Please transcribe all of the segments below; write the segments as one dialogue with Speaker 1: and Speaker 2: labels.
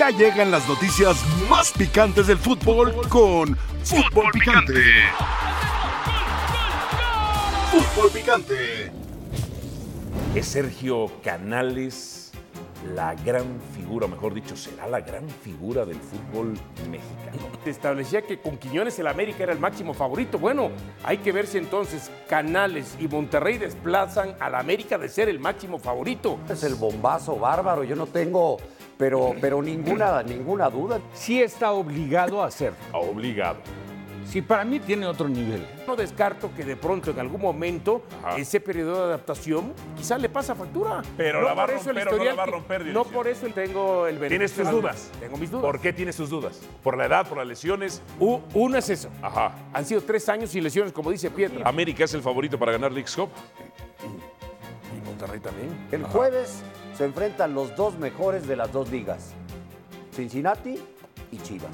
Speaker 1: Ya llegan las noticias más picantes del fútbol con Fútbol Picante. Fútbol Picante.
Speaker 2: Es Sergio Canales la gran figura, mejor dicho, será la gran figura del fútbol mexicano.
Speaker 3: Se establecía que con Quiñones el América era el máximo favorito. Bueno, hay que ver si entonces Canales y Monterrey desplazan al América de ser el máximo favorito.
Speaker 4: Es el bombazo bárbaro, yo no tengo, pero, pero ninguna, ninguna duda.
Speaker 5: sí está obligado a hacerlo.
Speaker 2: Obligado.
Speaker 5: Si para mí tiene otro nivel.
Speaker 3: No descarto que de pronto en algún momento
Speaker 2: Ajá.
Speaker 3: ese periodo de adaptación quizás le pasa factura.
Speaker 2: Pero la va a
Speaker 3: por eso el
Speaker 2: romper o no la
Speaker 3: historial
Speaker 2: va a
Speaker 3: que-
Speaker 2: romper,
Speaker 3: No
Speaker 2: Dionisio.
Speaker 3: por eso tengo el beneficio.
Speaker 2: ¿Tienes tus
Speaker 3: de-
Speaker 2: dudas?
Speaker 3: Tengo mis dudas.
Speaker 2: ¿Por qué tienes tus dudas? ¿Por la edad, por las lesiones?
Speaker 3: U- uno es eso.
Speaker 2: Ajá.
Speaker 3: Han sido tres años sin lesiones, como dice Pietro.
Speaker 2: ¿América es el favorito para ganar League's Cup?
Speaker 3: Y Monterrey también.
Speaker 4: El jueves se enfrentan los dos mejores de las dos ligas, Cincinnati y Chivas.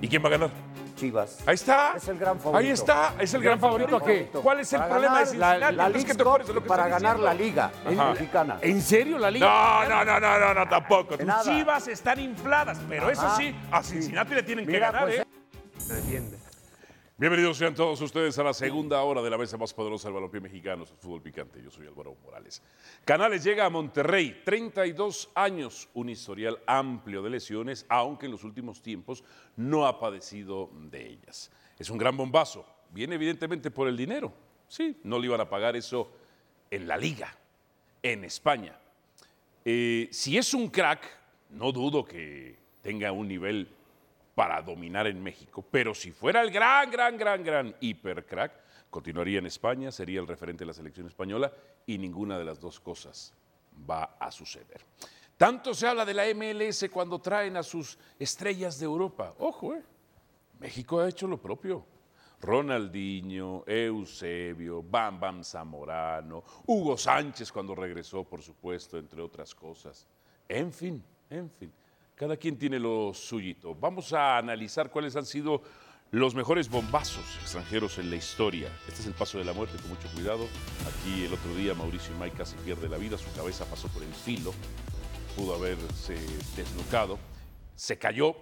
Speaker 2: ¿Y quién va a ganar?
Speaker 4: Chivas.
Speaker 2: Ahí está.
Speaker 4: Es el gran favorito.
Speaker 2: Ahí está. Es el gran, favorito.
Speaker 3: favorito.
Speaker 2: ¿Qué? ¿Cuál es el
Speaker 4: Para
Speaker 2: problema de
Speaker 4: ganar la-
Speaker 2: Cincinnati?
Speaker 4: La,
Speaker 2: No es
Speaker 4: League's
Speaker 2: que te
Speaker 4: Cup
Speaker 2: acuerdes de lo que
Speaker 4: para
Speaker 2: estoy
Speaker 4: ganar la
Speaker 2: diciendo.
Speaker 4: liga eh,
Speaker 2: Ajá.
Speaker 4: mexicana.
Speaker 3: ¿En serio la liga?
Speaker 2: No, no, no, no, no, no, tampoco. Tus
Speaker 4: Nada.
Speaker 2: chivas están infladas, pero eso
Speaker 4: Ajá.
Speaker 2: sí, a Cincinnati le tienen que
Speaker 4: Mira,
Speaker 2: ganar,
Speaker 4: pues,
Speaker 2: ¿eh? Bienvenidos sean todos ustedes a la segunda hora de la mesa más poderosa del balompié mexicano, el fútbol picante. Yo soy Álvaro Morales. Canales llega a Monterrey, 32 años, un historial amplio de lesiones, aunque en los últimos tiempos no ha padecido de ellas. Es un gran bombazo, viene evidentemente por el dinero. Sí, no le iban a pagar eso en la liga, en España. Eh, si es un crack, no dudo que tenga un nivel para dominar en México, pero si fuera el gran, gran, gran, gran hiper crack, continuaría en España, sería el referente de la selección española y ninguna de las dos cosas va a suceder. Tanto se habla de la MLS cuando traen a sus estrellas de Europa. Ojo, eh. México ha hecho lo propio. Ronaldinho, Eusebio, Bam Bam Zamorano, Hugo Sánchez cuando regresó, por supuesto, entre otras cosas. En fin, en fin. Cada quien tiene lo suyito. Vamos a analizar cuáles han sido los mejores bombazos extranjeros en la historia. Este es el paso de la muerte, con mucho cuidado. Aquí el otro día Mauricio Imay casi pierde la vida, su cabeza pasó por el filo pudo haberse desnucado. Se cayó,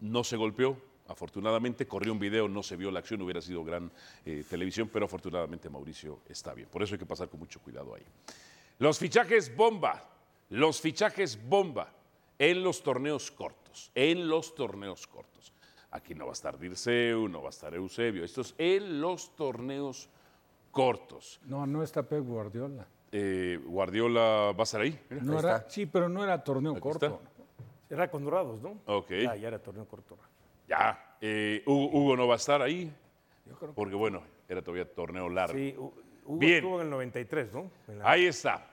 Speaker 2: no se golpeó. Afortunadamente corrió un video, no se vio la acción, hubiera sido gran eh, televisión, pero afortunadamente Mauricio está bien. Por eso hay que pasar con mucho cuidado ahí. Los fichajes bomba, los fichajes bomba en los torneos cortos, en los torneos cortos. Aquí no va a estar Dirceu, no va a estar Eusebio, esto es en los torneos cortos.
Speaker 5: No, no está Pep Guardiola.
Speaker 2: Eh, Guardiola va a estar ahí. Mira,
Speaker 5: No era, sí, pero no era torneo
Speaker 2: aquí
Speaker 5: corto.
Speaker 2: está.
Speaker 3: Era con Dorados, ¿no? Ah,
Speaker 2: Ok.
Speaker 3: Ya, ya era torneo corto.
Speaker 2: Ya, eh, Hugo, Hugo no va a estar ahí, porque bueno, era todavía torneo largo.
Speaker 3: Sí, Hu- Hugo
Speaker 2: Bien.
Speaker 3: estuvo en el 93, ¿no? En la-
Speaker 2: Ahí está.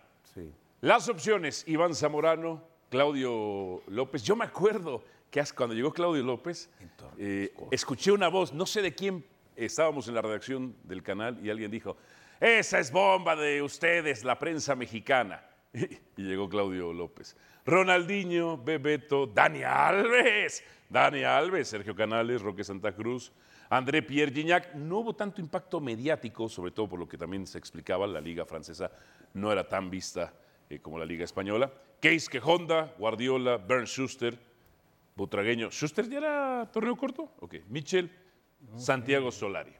Speaker 2: Las opciones, Iván Zamorano, Claudio López. Yo me acuerdo que as- cuando llegó Claudio López, eh, escuché una voz, no sé de quién, estábamos en la redacción del canal y alguien dijo, esa es bomba de ustedes, la prensa mexicana. Y llegó Claudio López. Ronaldinho, Bebeto, Dani Alves, Dani Alves, Sergio Canales, Roque Santa Cruz, André Pierre Gignac. No hubo tanto impacto mediático, sobre todo por lo que también se explicaba, la liga francesa no era tan vista eh, como la liga española. Keisuke Honda, Guardiola, Bernd Schuster, Butragueño. ¿Schuster ya era torneo corto? Ok. Michel, Santiago Solari.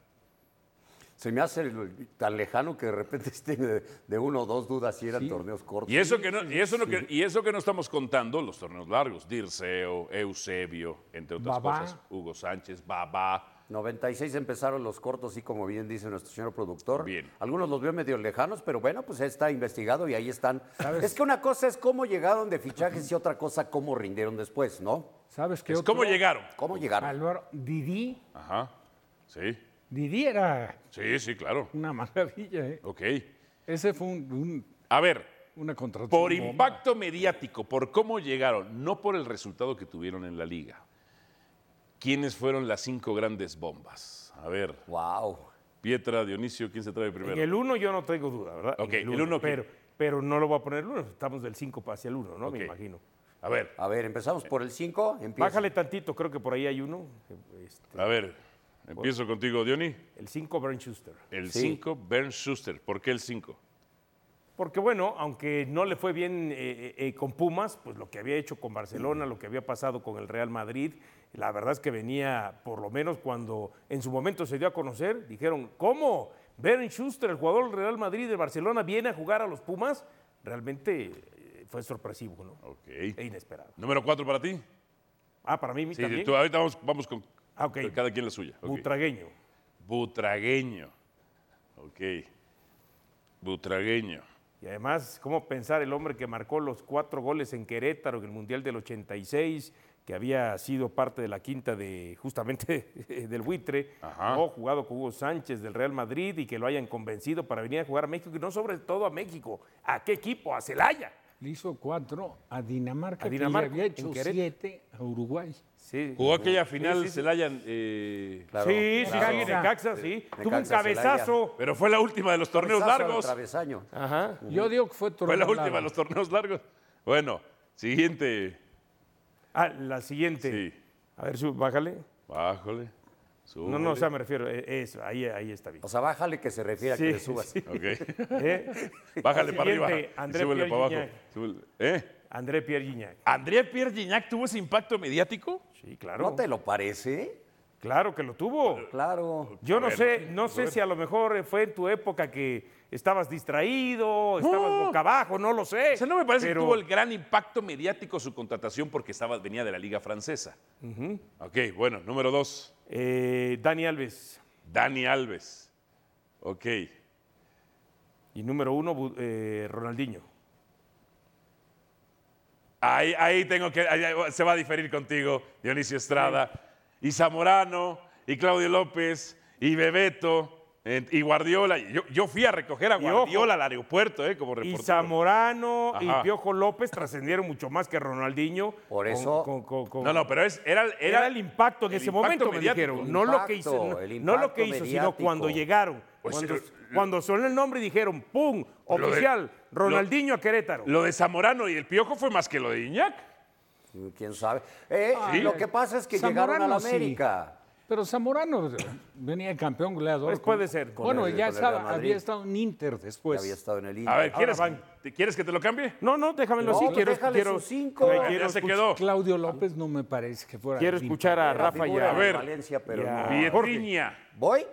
Speaker 4: Se me hace el- tan lejano que de repente esté de, de uno o dos dudas si eran torneos cortos.
Speaker 2: Y eso, que no, y, eso no que, y eso que no estamos contando, los torneos largos, Dirceo, Eusebio, entre otras
Speaker 5: Babá.
Speaker 2: cosas, Hugo Sánchez, Babá.
Speaker 4: 96 empezaron los cortos, y como bien dice nuestro señor productor.
Speaker 2: Bien.
Speaker 4: Algunos los veo medio lejanos, pero bueno, pues está investigado y ahí están. Es que una cosa es cómo llegaron de fichajes y otra cosa cómo rindieron después, ¿no?
Speaker 5: ¿Sabes qué
Speaker 2: Es
Speaker 5: otro?
Speaker 2: ¿Cómo llegaron?
Speaker 4: ¿Cómo llegaron?
Speaker 5: Álvaro, Didi,
Speaker 2: Ajá. Sí,
Speaker 5: Didi era
Speaker 2: sí, sí, claro.
Speaker 5: una maravilla. ¿eh?
Speaker 2: Ok.
Speaker 5: Ese fue un- un-
Speaker 2: A ver,
Speaker 5: una contratación.
Speaker 2: Por
Speaker 5: bomba.
Speaker 2: impacto mediático, por cómo llegaron, no por el resultado que tuvieron en la liga. ¿Quiénes fueron las cinco grandes bombas? A ver,
Speaker 4: Wow.
Speaker 2: Pietra, Dionisio, ¿quién se trae primero?
Speaker 3: En el 1 yo no traigo duda, ¿verdad? En
Speaker 2: Ok, el uno, ¿quién?
Speaker 3: pero, pero no lo voy a poner el 1, estamos del 5 hacia el 1, ¿no?
Speaker 2: Ok. Pues
Speaker 3: Me imagino.
Speaker 2: A ver,
Speaker 4: A ver, empezamos por el 5.
Speaker 3: Bájale tantito, creo que por ahí hay uno. Este,
Speaker 2: a ver, empiezo contigo, Diony.
Speaker 3: el 5, Bernd Schuster.
Speaker 2: El
Speaker 4: Sí.
Speaker 2: 5, Bernd Schuster. ¿Por qué el 5?
Speaker 3: Porque bueno, aunque no le fue bien eh, eh, eh, con Pumas, pues lo que había hecho con Barcelona, lo que había pasado con el Real Madrid, la verdad es que venía, por lo menos cuando en su momento se dio a conocer, dijeron, ¿cómo? Beren Schuster, el jugador del Real Madrid de Barcelona, viene a jugar a los Pumas. Realmente eh, fue sorpresivo, ¿no?
Speaker 2: Ok.
Speaker 3: E inesperado.
Speaker 2: Número cuatro para ti.
Speaker 3: Ah, para mí
Speaker 2: Sí,
Speaker 3: también.
Speaker 2: tú- ahorita vamos, vamos con
Speaker 3: Ah, ok.
Speaker 2: cada quien la suya. ok.
Speaker 3: Butragueño.
Speaker 2: Butragueño. Ok. Butragueño.
Speaker 3: Y además, ¿cómo pensar el hombre que marcó los cuatro goles en Querétaro en el Mundial del 86, que había sido parte de la quinta de justamente del buitre,
Speaker 2: Ajá.
Speaker 3: o jugado con Hugo Sánchez del Real Madrid y que lo hayan convencido para venir a jugar a México y no sobre todo a México, ¿a qué equipo? A Celaya.
Speaker 5: Le hizo cuatro a Dinamarca,
Speaker 3: A
Speaker 5: que
Speaker 3: Dinamarca,
Speaker 5: le había hecho
Speaker 3: en Querétaro.
Speaker 5: siete a Uruguay.
Speaker 3: Sí.
Speaker 2: Jugó aquella final
Speaker 3: sí, sí.
Speaker 2: Celaya. eh,
Speaker 4: Claro,
Speaker 3: sí, sí,
Speaker 4: claro.
Speaker 3: sí, Necaxa, sí. Tuvo un
Speaker 4: Necaxa, Celaya.
Speaker 3: cabezazo.
Speaker 2: Pero fue la última de los torneos
Speaker 4: Cabezazo al
Speaker 2: largos.
Speaker 4: Travesaño.
Speaker 3: Ajá.
Speaker 5: Yo digo que fue
Speaker 2: Fue la
Speaker 5: tronado.
Speaker 2: última de los torneos largos. Bueno, siguiente.
Speaker 3: Ah, la siguiente.
Speaker 2: Sí.
Speaker 3: A ver, sub- bájale.
Speaker 2: Bájole.
Speaker 3: No, no, o sea, me refiero, eh, eso, ahí, ahí está bien.
Speaker 4: O sea, bájale que se refiere a que le subas.
Speaker 2: Ok.
Speaker 3: ¿Eh?
Speaker 2: Bájale para arriba.
Speaker 3: Siguiente,
Speaker 2: y
Speaker 3: André
Speaker 2: Súbele para abajo.
Speaker 3: Pierre-Gignac.
Speaker 2: Súbele. ¿Eh?
Speaker 3: André Pierre Gignac.
Speaker 6: ¿André Pierre Gignac tuvo ese impacto mediático?
Speaker 3: Sí, claro.
Speaker 4: ¿No te lo parece?
Speaker 3: Claro que lo tuvo.
Speaker 4: Claro.
Speaker 3: Yo no sé, no sé si a lo mejor eh, fue en tu época que estabas distraído, estabas boca abajo, no lo sé.
Speaker 2: O sea, no me parece
Speaker 3: Pero-
Speaker 2: que tuvo el gran impacto mediático su contratación porque estaba, venía de la Liga Francesa. Ok, bueno, número dos.
Speaker 3: Eh, Dani Alves.
Speaker 2: Dani Alves. Ok.
Speaker 3: Y número uno, Bu- eh, Ronaldinho.
Speaker 2: Ahí, ahí tengo que. ahí- ahí se va a diferir contigo, Dionisio Estrada. Y Zamorano, y Claudio López, y Bebeto, eh, y Guardiola. Yo, yo fui a recoger a
Speaker 3: Y ojo.
Speaker 2: Guardiola al aeropuerto, ¿eh? Como
Speaker 3: Y
Speaker 2: reportero.
Speaker 3: Zamorano
Speaker 2: Ajá.
Speaker 3: y Piojo López trascendieron mucho más que Ronaldinho.
Speaker 4: Por eso-
Speaker 2: No, no, pero es- era, era,
Speaker 3: era, el impacto en
Speaker 2: el
Speaker 3: ese
Speaker 2: impacto
Speaker 3: momento, me
Speaker 2: mediático.
Speaker 3: dijeron. No lo que hizo,
Speaker 4: impacto,
Speaker 3: no,
Speaker 4: el
Speaker 3: no lo que
Speaker 4: impacto
Speaker 3: hizo, sino cuando
Speaker 4: mediático.
Speaker 3: llegaron.
Speaker 2: Pues,
Speaker 3: cuando,
Speaker 2: eh,
Speaker 3: cuando sonó el nombre y dijeron, ¡pum!
Speaker 2: de-
Speaker 3: Oficial,
Speaker 2: lo-
Speaker 3: Ronaldinho a Querétaro.
Speaker 2: Lo de Zamorano y el Piojo fue más que lo de Iñak.
Speaker 4: ¿Quién sabe? Eh,
Speaker 5: Ay,
Speaker 4: Lo que pasa es que llegaron a la
Speaker 5: Ah, Zamorano sí.
Speaker 4: América.
Speaker 5: Pero Zamorano eh, venía campeón goleador.
Speaker 3: Pues puede ser, con
Speaker 5: Bueno,
Speaker 4: el-
Speaker 5: ya
Speaker 4: con el Real
Speaker 5: estaba,
Speaker 4: Madrid.
Speaker 5: había estado en Inter después.
Speaker 4: Había estado en el Inter.
Speaker 2: Pues, A ver,
Speaker 3: Ahora
Speaker 2: ¿quieres,
Speaker 3: van.
Speaker 2: te- ¿quieres que te lo cambie?
Speaker 3: No, no, déjamelo
Speaker 4: No,
Speaker 3: así.
Speaker 4: pues
Speaker 3: Quiero,
Speaker 4: déjale
Speaker 3: quiero,
Speaker 4: sus cinco.
Speaker 3: me
Speaker 4: Ya
Speaker 3: quiero
Speaker 2: ya se
Speaker 3: escuchar-
Speaker 2: quedó.
Speaker 5: Claudio López no me parece que fuera.
Speaker 3: Quiero
Speaker 5: de
Speaker 3: escuchar a
Speaker 4: Era
Speaker 3: Rafa
Speaker 4: figura
Speaker 3: ya.
Speaker 2: A
Speaker 4: de
Speaker 2: ver.
Speaker 4: Valencia, pero
Speaker 3: Ya.
Speaker 4: no.
Speaker 2: Pietriña,
Speaker 4: ¿Voy?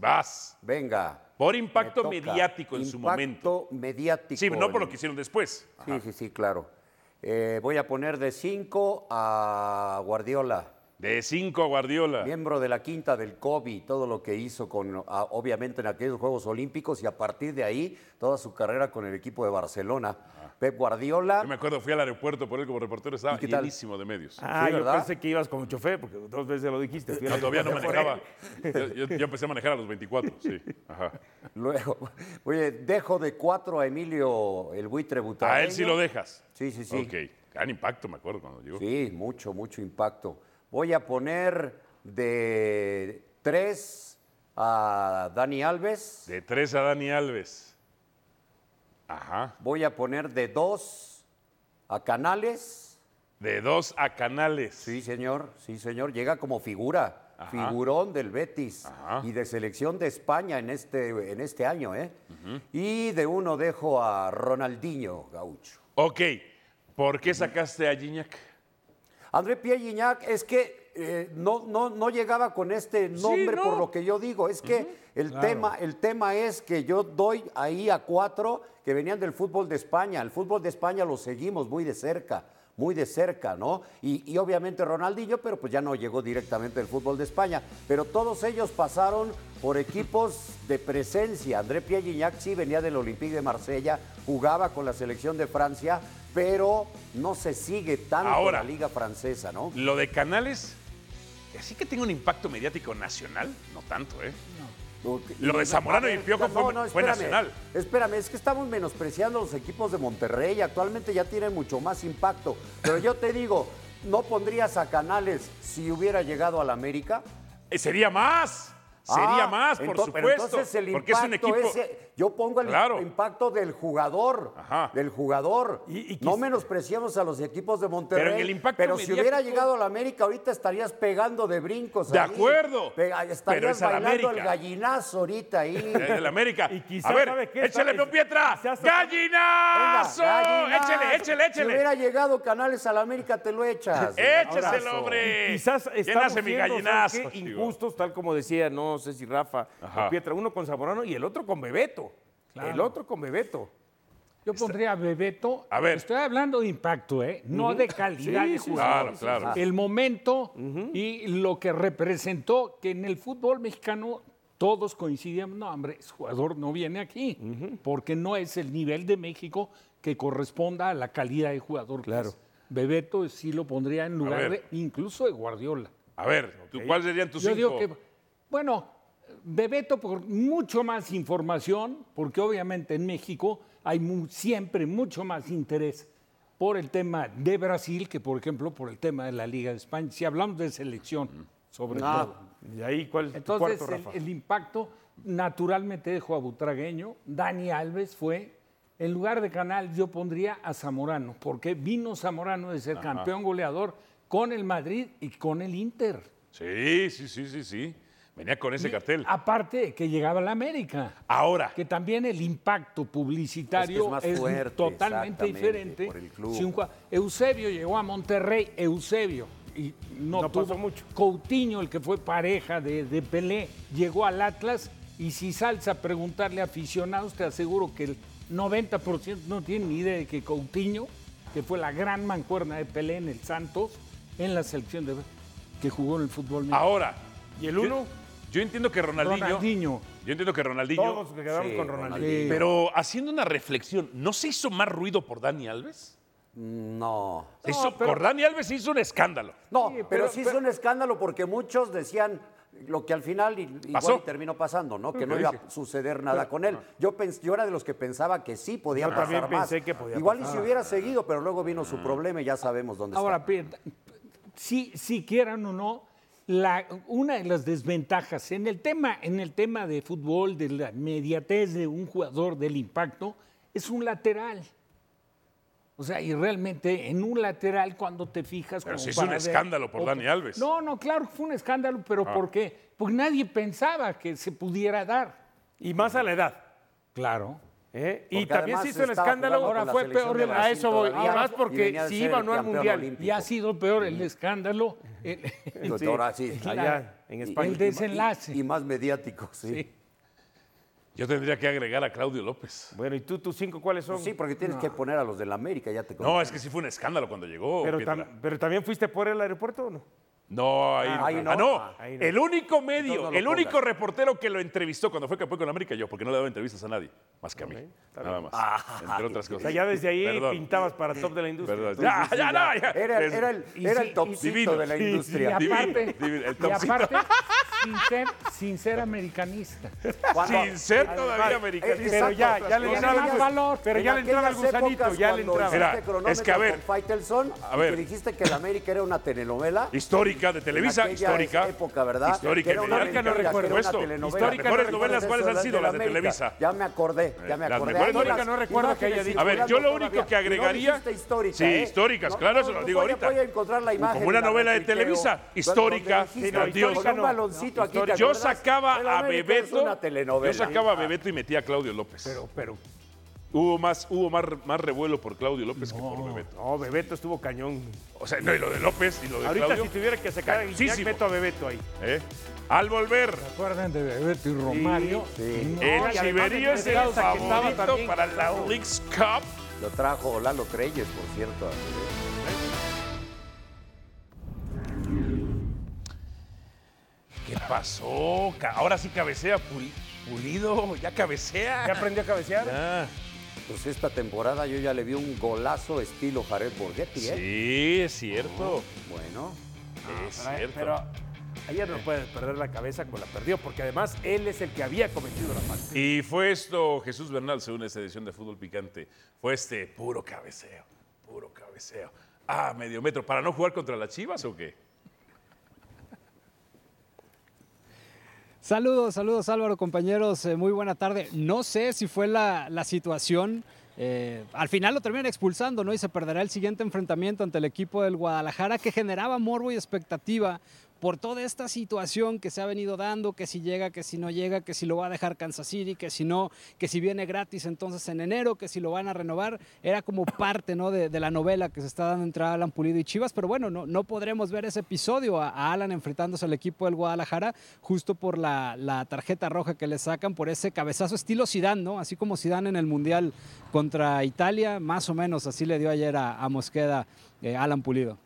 Speaker 2: vas.
Speaker 4: Venga.
Speaker 2: Por
Speaker 4: me
Speaker 2: impacto
Speaker 4: toca.
Speaker 2: mediático en su momento.
Speaker 4: Impacto mediático.
Speaker 2: Sí, no por lo
Speaker 4: en-
Speaker 2: que hicieron después.
Speaker 4: Sí, sí, sí, claro. Eh, voy a poner de 5 a Guardiola,
Speaker 2: De 5 a Guardiola.
Speaker 4: miembro de la quinta del COVID, todo lo que hizo con, a- obviamente en aquellos Juegos Olímpicos y a partir de ahí toda su carrera con el equipo de Barcelona. Pep Guardiola.
Speaker 2: Ah. Yo me acuerdo, fui al aeropuerto por él como reportero, estaba
Speaker 4: ¿Y qué tal?
Speaker 2: llenísimo de medios.
Speaker 3: Ah,
Speaker 4: Sí,
Speaker 3: yo
Speaker 4: ¿verdad?
Speaker 3: pensé que ibas como chofer, porque dos veces lo dijiste. fui a
Speaker 2: No,
Speaker 3: la-
Speaker 2: todavía no
Speaker 3: por él.
Speaker 2: manejaba. Yo, yo- yo empecé a manejar a los 24, sí. Ajá.
Speaker 4: Luego, oye, dejo de 4 a Emilio el buitre
Speaker 2: A
Speaker 4: Butragueño.
Speaker 2: él sí lo dejas.
Speaker 4: Sí, sí, sí.
Speaker 2: Ok. Gran impacto, me acuerdo cuando llegó.
Speaker 4: Sí, mucho, mucho impacto. Voy a poner de 3 a Dani Alves.
Speaker 2: De 3 a Dani Alves. Ajá.
Speaker 4: Voy a poner de dos a Canales.
Speaker 2: De 2 a Canales.
Speaker 4: Sí, señor, sí, señor. Llega como figura, figurón del Betis
Speaker 2: Ajá.
Speaker 4: y de selección de España en este, en este año, ¿eh? Y de uno dejo a Ronaldinho Gaucho.
Speaker 2: Ok. ¿Por qué sacaste a Gignac?
Speaker 4: André Pierre Gignac es que eh, no, no, no llegaba con este nombre por lo que yo digo. Es que el, tema, el tema es que yo doy ahí a cuatro que venían del fútbol de España. El fútbol de España lo seguimos muy de cerca, muy de cerca, ¿no? Y, y obviamente Ronaldinho, pero pues ya no llegó directamente del fútbol de España. Pero todos ellos pasaron por equipos de presencia. André Pierre Gignac sí venía del Olympique de Marsella, jugaba con la selección de Francia, pero no se sigue tanto
Speaker 2: Ahora.
Speaker 4: la liga francesa, ¿no?
Speaker 2: Lo de Canales, que sí que tenga un impacto mediático nacional, no tanto, ¿eh? Lo de Zamorano y el Piojo fue- fue nacional.
Speaker 4: Espérame, es que estamos menospreciando los equipos de Monterrey. Actualmente ya tienen mucho más impacto. Pero yo te digo, ¿no pondrías a Canales si hubiera llegado al América?
Speaker 2: Eh, sería más. Sería
Speaker 4: Ah,
Speaker 2: más, por
Speaker 4: ento-
Speaker 2: supuesto.
Speaker 4: pero entonces el
Speaker 2: porque es un
Speaker 4: impacto
Speaker 2: equipo.
Speaker 4: ese Yo pongo el
Speaker 2: Claro.
Speaker 4: impacto del jugador,
Speaker 2: Ajá.
Speaker 4: del jugador.
Speaker 3: Y- y
Speaker 4: no
Speaker 3: quiz-
Speaker 4: menospreciamos a los equipos de Monterrey.
Speaker 2: Pero en el impacto
Speaker 4: pero si hubiera
Speaker 2: mediático-
Speaker 4: llegado a la América, ahorita estarías pegando de brincos.
Speaker 2: De
Speaker 4: ahí.
Speaker 2: acuerdo,
Speaker 4: Pe- estarías
Speaker 2: pero es a la
Speaker 4: bailando el
Speaker 2: América.
Speaker 4: gallinazo ahorita ahí.
Speaker 2: Eh, del América.
Speaker 3: Y quizá,
Speaker 2: a ver,
Speaker 3: ¿sabe qué?
Speaker 2: échale
Speaker 3: ¿Sabe?
Speaker 2: mi Pietra.
Speaker 3: Quizá hasta-
Speaker 2: ¡Gallinazo! Échele,
Speaker 4: Venga, gallinazo.
Speaker 2: échele,
Speaker 4: Si
Speaker 2: échele.
Speaker 4: hubiera llegado Canales a la América, te lo echas.
Speaker 2: Écheselo,
Speaker 4: Abrazo.
Speaker 2: hombre.
Speaker 3: Quizás estamos
Speaker 2: Llénase mi
Speaker 3: siendo, ¿sabes
Speaker 2: gallinazo.
Speaker 3: qué?
Speaker 2: digo.
Speaker 3: injustos, tal como decía, no sé si Rafa
Speaker 2: Ajá.
Speaker 3: o Pietra, uno con Zamorano y el otro con Bebeto. El otro con Bebeto.
Speaker 5: Yo pondría a Bebeto.
Speaker 2: A ver.
Speaker 5: Estoy hablando de impacto, ¿eh? No de calidad
Speaker 3: Sí,
Speaker 5: de
Speaker 3: sí,
Speaker 5: jugador.
Speaker 2: sí, claro, claro.
Speaker 5: El momento y lo que representó que en el fútbol mexicano todos coincidían. No, hombre, ese jugador no viene aquí porque no es el nivel de México que corresponda a la calidad de jugador. que
Speaker 3: Claro.
Speaker 5: es. Bebeto sí lo pondría en lugar de
Speaker 2: ver.
Speaker 5: incluso de Guardiola.
Speaker 2: A ver, ¿tú, ¿cuáles serían tus
Speaker 5: Yo
Speaker 2: cinco?
Speaker 5: digo que, bueno, Bebeto por mucho más información, porque obviamente en México hay mu- siempre mucho más interés por el tema de Brasil que, por ejemplo, por el tema de la Liga de España, si hablamos de selección, sobre todo.
Speaker 3: ¿Y ahí cuál es Ah, tu
Speaker 5: Entonces,
Speaker 3: cuarto,
Speaker 5: el-
Speaker 3: Rafa?
Speaker 5: el, impacto naturalmente dejó a Butragueño. Dani Alves fue. En lugar de Canal, yo pondría a Zamorano, porque vino Zamorano de ser campeón goleador con el Madrid y con el Inter.
Speaker 2: Sí, sí, sí, sí, sí. Venía con
Speaker 3: este
Speaker 2: ese cartel.
Speaker 3: Ah.
Speaker 5: Aparte de que llegaba la América,
Speaker 2: Ahora,
Speaker 5: que también el impacto
Speaker 4: Es que es
Speaker 5: publicitario
Speaker 4: más
Speaker 5: es,
Speaker 4: fuerte,
Speaker 5: totalmente
Speaker 4: exactamente,
Speaker 5: diferente.
Speaker 4: por el club.
Speaker 5: Si un jua- Eusebio llegó a Monterrey, Eusebio, y no,
Speaker 3: No
Speaker 5: tuvo
Speaker 3: pasó mucho.
Speaker 5: Coutinho, el que fue pareja de, de Pelé, llegó al Atlas y si salsa a preguntarle a aficionados, te aseguro que el 90% no tiene ni idea de que Coutinho, que fue la gran mancuerna de Pelé en el Santos, en la selección de que jugó en el fútbol mexicano.
Speaker 2: ahora.
Speaker 3: ¿Y el uno?
Speaker 2: Yo, yo entiendo que Ronaldinho,
Speaker 5: Ronaldinho.
Speaker 2: Yo entiendo que Ronaldinho.
Speaker 3: Todos que quedaron
Speaker 4: Sí,
Speaker 3: con Ronaldinho.
Speaker 5: Sí.
Speaker 2: Pero haciendo una reflexión, ¿no se hizo más ruido por Dani Alves?
Speaker 4: No.
Speaker 2: Se hizo- por Dani Alves se hizo un escándalo.
Speaker 4: No,
Speaker 5: Sí,
Speaker 4: pero,
Speaker 5: pero-
Speaker 4: sí hizo un escándalo porque muchos decían lo que al final i-
Speaker 2: Pasó.
Speaker 4: igual y terminó pasando, ¿no? Que no iba a suceder nada con él. Yo, pens- yo era de los que pensaba que sí podía
Speaker 3: Yo
Speaker 4: pasar
Speaker 3: también
Speaker 4: más.
Speaker 3: pensé que podía
Speaker 4: igual y
Speaker 3: pasar.
Speaker 4: si hubiera seguido, pero luego vino su problema y ya sabemos dónde
Speaker 5: Ahora,
Speaker 4: está.
Speaker 5: Piet, si, si quieran o no, la- una de las desventajas en el, tema, en el tema de fútbol, de la mediatez de un jugador del impacto, es un lateral. O sea, y realmente en un lateral cuando te fijas...
Speaker 2: Pero
Speaker 5: como
Speaker 2: sí es un
Speaker 5: para ver-
Speaker 2: escándalo por
Speaker 5: Ok.
Speaker 2: Dani Alves. Ah.
Speaker 5: No, no, claro, fue un escándalo, pero ¿por qué? Porque nadie pensaba que se pudiera dar.
Speaker 3: Y más a la edad.
Speaker 5: Claro.
Speaker 3: ¿eh? Y
Speaker 4: Porque
Speaker 3: también
Speaker 4: además
Speaker 3: se hizo el
Speaker 4: estaba
Speaker 3: escándalo.
Speaker 4: jugando con
Speaker 5: ahora
Speaker 4: la
Speaker 5: fue
Speaker 4: selección
Speaker 5: peor
Speaker 4: de
Speaker 5: de la-
Speaker 4: Brasil
Speaker 3: a eso voy.
Speaker 4: todavía,
Speaker 3: Y más
Speaker 4: y
Speaker 3: porque
Speaker 4: venía de
Speaker 3: si
Speaker 4: ser
Speaker 3: iba
Speaker 4: el
Speaker 3: o no al
Speaker 4: campeón
Speaker 3: Mundial.
Speaker 4: olímpico.
Speaker 5: Y ha sido peor el escándalo. el-
Speaker 4: Entonces, Ahora sí.
Speaker 5: la-
Speaker 3: Allá, en España.
Speaker 5: El desenlace.
Speaker 4: Y más mediático, sí. Sí,
Speaker 2: Yo tendría que agregar a Claudio López.
Speaker 3: Bueno, ¿y tú tus cinco cuáles son?
Speaker 4: Pues porque tienes que poner a los del América, ya te
Speaker 2: No,
Speaker 4: conté.
Speaker 2: es que sí fue un escándalo cuando llegó.
Speaker 3: pero,
Speaker 2: Pietra.
Speaker 3: tam- pero también fuiste por el aeropuerto o no?
Speaker 2: No, ahí,
Speaker 4: ahí
Speaker 2: no.
Speaker 4: no.
Speaker 2: Ah, no.
Speaker 4: Ah,
Speaker 3: ahí no.
Speaker 2: El único
Speaker 4: Entonces
Speaker 2: medio,
Speaker 4: no lo
Speaker 2: el
Speaker 4: pongas.
Speaker 2: único reportero que lo entrevistó cuando fue campeón con América, yo, porque no le daba entrevistas a nadie, más que a mí. Nada más. entre otras cosas.
Speaker 3: O sea, ya desde ahí
Speaker 2: Perdón,
Speaker 3: pintabas para top de la industria. Ah,
Speaker 2: perdón. Ya, ya, no, ya.
Speaker 4: Era, era el,
Speaker 5: Y
Speaker 4: era
Speaker 5: sí,
Speaker 4: el topcito
Speaker 2: divino.
Speaker 4: de la
Speaker 2: Sí, sí,
Speaker 5: Y
Speaker 4: industria.
Speaker 2: Divino,
Speaker 5: aparte,
Speaker 2: divino, el
Speaker 5: y
Speaker 2: topcito.
Speaker 5: aparte, sin ser, sin ser americanista.
Speaker 4: Cuando-
Speaker 2: Sin ser todavía
Speaker 3: Además,
Speaker 2: americano.
Speaker 4: eh,
Speaker 3: Pero ya,
Speaker 4: Exacto,
Speaker 3: ya le
Speaker 4: en
Speaker 3: entraba
Speaker 4: aquellas-
Speaker 3: el valor. Pero
Speaker 4: en
Speaker 3: ya le entraba el
Speaker 4: aquellas
Speaker 3: gusanito,
Speaker 4: épocas
Speaker 3: ya le
Speaker 4: cuando
Speaker 3: entraba.
Speaker 2: Mira,
Speaker 4: hiciste cronómetro
Speaker 2: es que, a ver,
Speaker 4: con Faitelson,
Speaker 2: a
Speaker 4: y
Speaker 2: ver.
Speaker 4: que dijiste que el América era una telenovela.
Speaker 2: Histórica de Televisa,
Speaker 4: En aquella
Speaker 2: histórica.
Speaker 4: época, ¿verdad?
Speaker 2: Histórica,
Speaker 4: Que era una
Speaker 2: mediática,
Speaker 4: telenovela,
Speaker 2: por
Speaker 4: que era una
Speaker 2: supuesto.
Speaker 4: telenovela.
Speaker 2: Las mejores
Speaker 4: Pero
Speaker 2: novelas,
Speaker 4: entonces,
Speaker 2: ¿cuáles han sido?
Speaker 4: del
Speaker 2: Las de
Speaker 4: América.
Speaker 2: Televisa.
Speaker 4: Ya me acordé, ya me
Speaker 2: Las
Speaker 4: acordé.
Speaker 2: mejores
Speaker 4: Ahí
Speaker 2: novelas-
Speaker 4: las
Speaker 3: no recuerdo que haya
Speaker 4: imágenes
Speaker 3: dicho.
Speaker 2: A ver, yo lo
Speaker 4: circulando
Speaker 2: único
Speaker 4: todavía.
Speaker 2: que agregaría-
Speaker 4: No dijiste histórica,
Speaker 2: Sí,
Speaker 4: ¿eh?
Speaker 2: históricas,
Speaker 4: No,
Speaker 2: claro,
Speaker 4: no,
Speaker 2: eso lo
Speaker 4: no,
Speaker 2: digo
Speaker 4: voy a-
Speaker 2: ahorita.
Speaker 4: voy a encontrar la imagen
Speaker 2: Como una
Speaker 4: en la
Speaker 2: novela de
Speaker 4: retuiteo,
Speaker 2: Televisa,
Speaker 4: donde
Speaker 2: histórica,
Speaker 4: dijiste,
Speaker 2: grandiosa.
Speaker 4: con un
Speaker 3: No,
Speaker 4: baloncito aquí,
Speaker 3: histórica.
Speaker 4: ¿te
Speaker 2: Yo
Speaker 4: acuerdas? El
Speaker 2: sacaba a
Speaker 4: América es
Speaker 2: Bebeto.
Speaker 4: una telenovela.
Speaker 2: Yo sacaba a Bebeto y metía a Claudio López.
Speaker 5: Pero, pero,
Speaker 2: Hubo más, hubo más, más revuelo por Claudio López que por Bebeto.
Speaker 3: No, Bebeto estuvo cañón.
Speaker 2: O sea, no, y lo de López y lo de
Speaker 3: Ahorita
Speaker 2: Claudio.
Speaker 3: si tuviera que sacar a Guiñac,
Speaker 2: cañosísimo,
Speaker 3: meto a Bebeto ahí.
Speaker 2: ¿eh? Al volver,
Speaker 5: acuerdan de Bebeto y Romario. No,
Speaker 2: el
Speaker 3: y además
Speaker 2: Chiverío es el
Speaker 3: entregados a que estaba
Speaker 2: favorito
Speaker 3: también,
Speaker 2: para la Leagues Cup.
Speaker 4: Lo trajo Lalo Treyes, por cierto.
Speaker 2: ¿Qué pasó? Ca- Ahora sí cabecea Puli- Pulido, ya cabecea.
Speaker 3: ¿Ya aprendió a cabecear?
Speaker 2: Ah,
Speaker 4: Pues esta temporada yo ya le vi un golazo estilo Jared Borghetti, ¿eh?
Speaker 2: sí, es cierto.
Speaker 4: Bueno.
Speaker 2: es cierto.
Speaker 3: Ay, Ah,
Speaker 2: Eh.
Speaker 3: Pero ayer no puede perder la cabeza como la perdió, porque además él es el que había cometido la falta.
Speaker 2: Y fue esto, Jesús Bernal, según esta edición de Fútbol Picante, fue este puro cabeceo, puro cabeceo. Ah, medio metro, ¿para no jugar contra las Chivas o qué?
Speaker 7: Saludos, saludos Álvaro, compañeros. eh, muy buena tarde. No sé si fue la, la situación. eh, al final lo terminan expulsando, ¿no? Y se perderá el siguiente enfrentamiento ante el equipo del Guadalajara que generaba morbo y expectativa por toda esta situación que se ha venido dando, que si llega, que si no llega, que si lo va a dejar Kansas City, que si no, que si viene gratis entonces en enero, que si lo van a renovar, era como parte ¿no? de, de la novela que se está dando entre Alan Pulido y Chivas, pero bueno, no, no podremos ver ese episodio a, a Alan enfrentándose al equipo del Guadalajara justo por la, la tarjeta roja que le sacan por ese cabezazo estilo Zidane, ¿no? así como Zidane en el Mundial contra Italia, más o menos así le dio ayer a, a Mosqueda eh, Alan Pulido.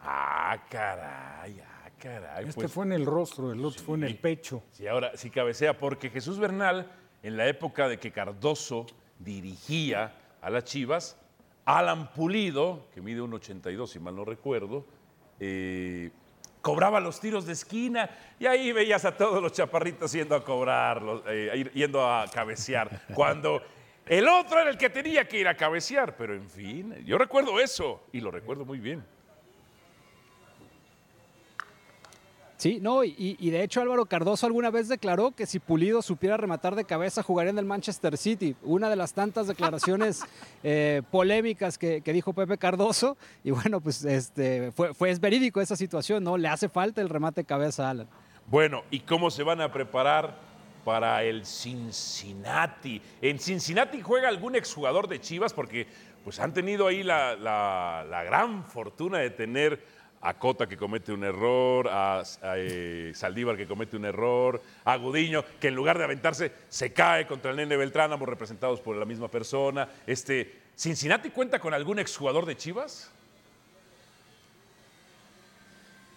Speaker 2: Ah, caray, ah, caray.
Speaker 5: Este
Speaker 2: pues,
Speaker 5: fue en el rostro, el otro fue en el pecho.
Speaker 2: Sí, ahora sí cabecea, porque Jesús Bernal, en la época de que Cardoso dirigía a las Chivas, Alan Pulido, que mide 1,82 si mal no recuerdo, eh, cobraba los tiros de esquina y ahí veías a todos los chaparritos yendo a cobrar, los- eh, a ir- yendo a cabecear, cuando el otro era el que tenía que ir a cabecear, pero en fin, yo recuerdo eso y lo recuerdo muy bien.
Speaker 7: Sí, no, y- y, y de hecho Álvaro Cardoso alguna vez declaró que si Pulido supiera rematar de cabeza jugaría en el Manchester City. Una de las tantas declaraciones eh, polémicas que, que dijo Pepe Cardoso. Y bueno, pues este fue, fue es verídico esa situación, ¿no? Le hace falta el remate de cabeza a Alan.
Speaker 2: Bueno, ¿y cómo se van a preparar para el Cincinnati? ¿En Cincinnati juega algún exjugador de Chivas? Porque pues, han tenido ahí la, la- la gran fortuna de tener a Cota que comete un error, a, a, eh, Saldívar que comete un error, a Gudiño que en lugar de aventarse se cae contra el Nene Beltrán, ambos representados por la misma persona. Este, ¿Cincinnati cuenta con algún exjugador de Chivas?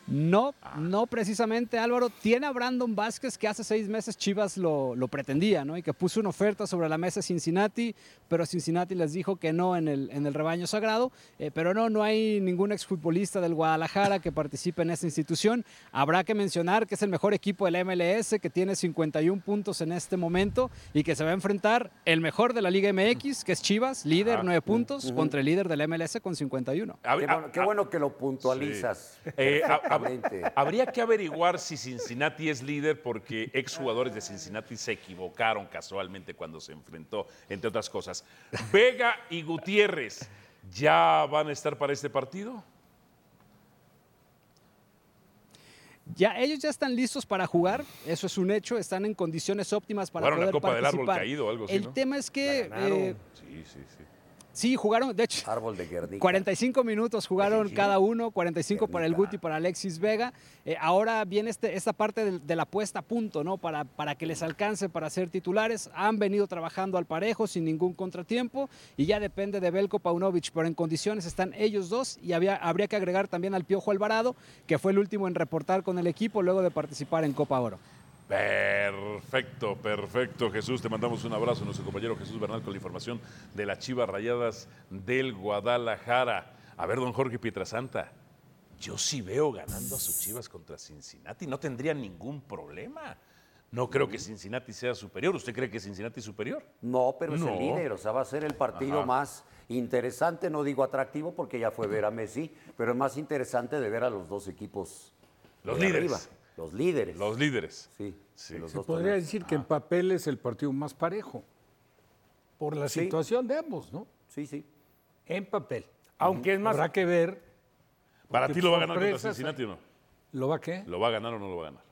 Speaker 7: No, no precisamente Álvaro. Tiene a Brandon Vázquez que hace seis meses Chivas lo, lo pretendía, ¿no? Y que puso una oferta sobre la mesa a Cincinnati, pero Cincinnati les dijo que no en el, en el rebaño sagrado. Eh, pero no, no hay ningún exfutbolista del Guadalajara que participe en esta institución. Habrá que mencionar que es el mejor equipo del MLS, que tiene 51 puntos en este momento y que se va a enfrentar el mejor de la Liga MX, que es Chivas, líder,
Speaker 2: Ah,
Speaker 7: 9 puntos, contra el líder del MLS con 51.
Speaker 2: A-
Speaker 4: Qué
Speaker 2: a-
Speaker 4: bueno, qué
Speaker 2: a-
Speaker 4: bueno que lo puntualizas.
Speaker 2: Eh, hab- hab-
Speaker 4: Exactamente.
Speaker 2: habría que averiguar si Cincinnati es líder porque exjugadores de Cincinnati se equivocaron casualmente cuando se enfrentó, entre otras cosas. Vega y Gutiérrez, ¿ya van a estar para este partido?
Speaker 7: Ya, ellos ya están listos para jugar, eso es un hecho, están en condiciones óptimas para
Speaker 2: Jugaron la
Speaker 7: poder
Speaker 2: Copa del Árbol
Speaker 7: participar.
Speaker 2: Caído o algo así,
Speaker 7: El
Speaker 2: ¿no?
Speaker 7: tema es que eh,
Speaker 2: Sí, sí, sí.
Speaker 7: sí jugaron, de hecho,
Speaker 4: Árbol de Guernica.
Speaker 7: 45 minutos jugaron cada uno, 45 para el Guti, para Alexis Vega. Eh, ahora viene este, esta parte del- de, la puesta a punto, ¿no? Para, para que les alcance para ser titulares. Han venido trabajando al parejo sin ningún contratiempo y ya depende de Belko Paunovic, pero en condiciones están ellos dos y había, habría que agregar también al Piojo Alvarado, que fue el último en reportar con el equipo luego de participar en Copa Oro.
Speaker 2: Perfecto, perfecto, Jesús. Te mandamos un abrazo, nuestro compañero Jesús Bernal, con la información de las Chivas Rayadas del Guadalajara. A ver, don Jorge Pietrasanta, yo sí veo ganando a sus Chivas contra Cincinnati. No tendría ningún problema. No creo que Cincinnati sea superior. ¿Usted cree que Cincinnati es superior?
Speaker 4: No, pero es
Speaker 2: No.
Speaker 4: el líder, o sea, va a ser el partido
Speaker 2: Ajá.
Speaker 4: más interesante, no digo atractivo porque ya fue ver a Messi, pero es más interesante de ver a los dos equipos.
Speaker 2: Los
Speaker 4: de
Speaker 2: líderes.
Speaker 4: arriba, los líderes.
Speaker 2: Los líderes.
Speaker 4: Sí, de los
Speaker 5: Se
Speaker 4: dos
Speaker 5: podría
Speaker 4: torneos.
Speaker 5: decir que
Speaker 2: Ah.
Speaker 5: en papel es el partido más parejo. Por la situación de ambos, ¿no?
Speaker 4: Sí, sí.
Speaker 5: En papel.
Speaker 3: Aunque es más,
Speaker 5: Habrá que ver,
Speaker 2: ¿Para
Speaker 5: Porque
Speaker 2: ti lo va a ganar contra
Speaker 5: sorpresas
Speaker 2: Cincinnati o no?
Speaker 5: ¿lo va a qué?
Speaker 2: ¿Lo va a ganar o no lo va a ganar?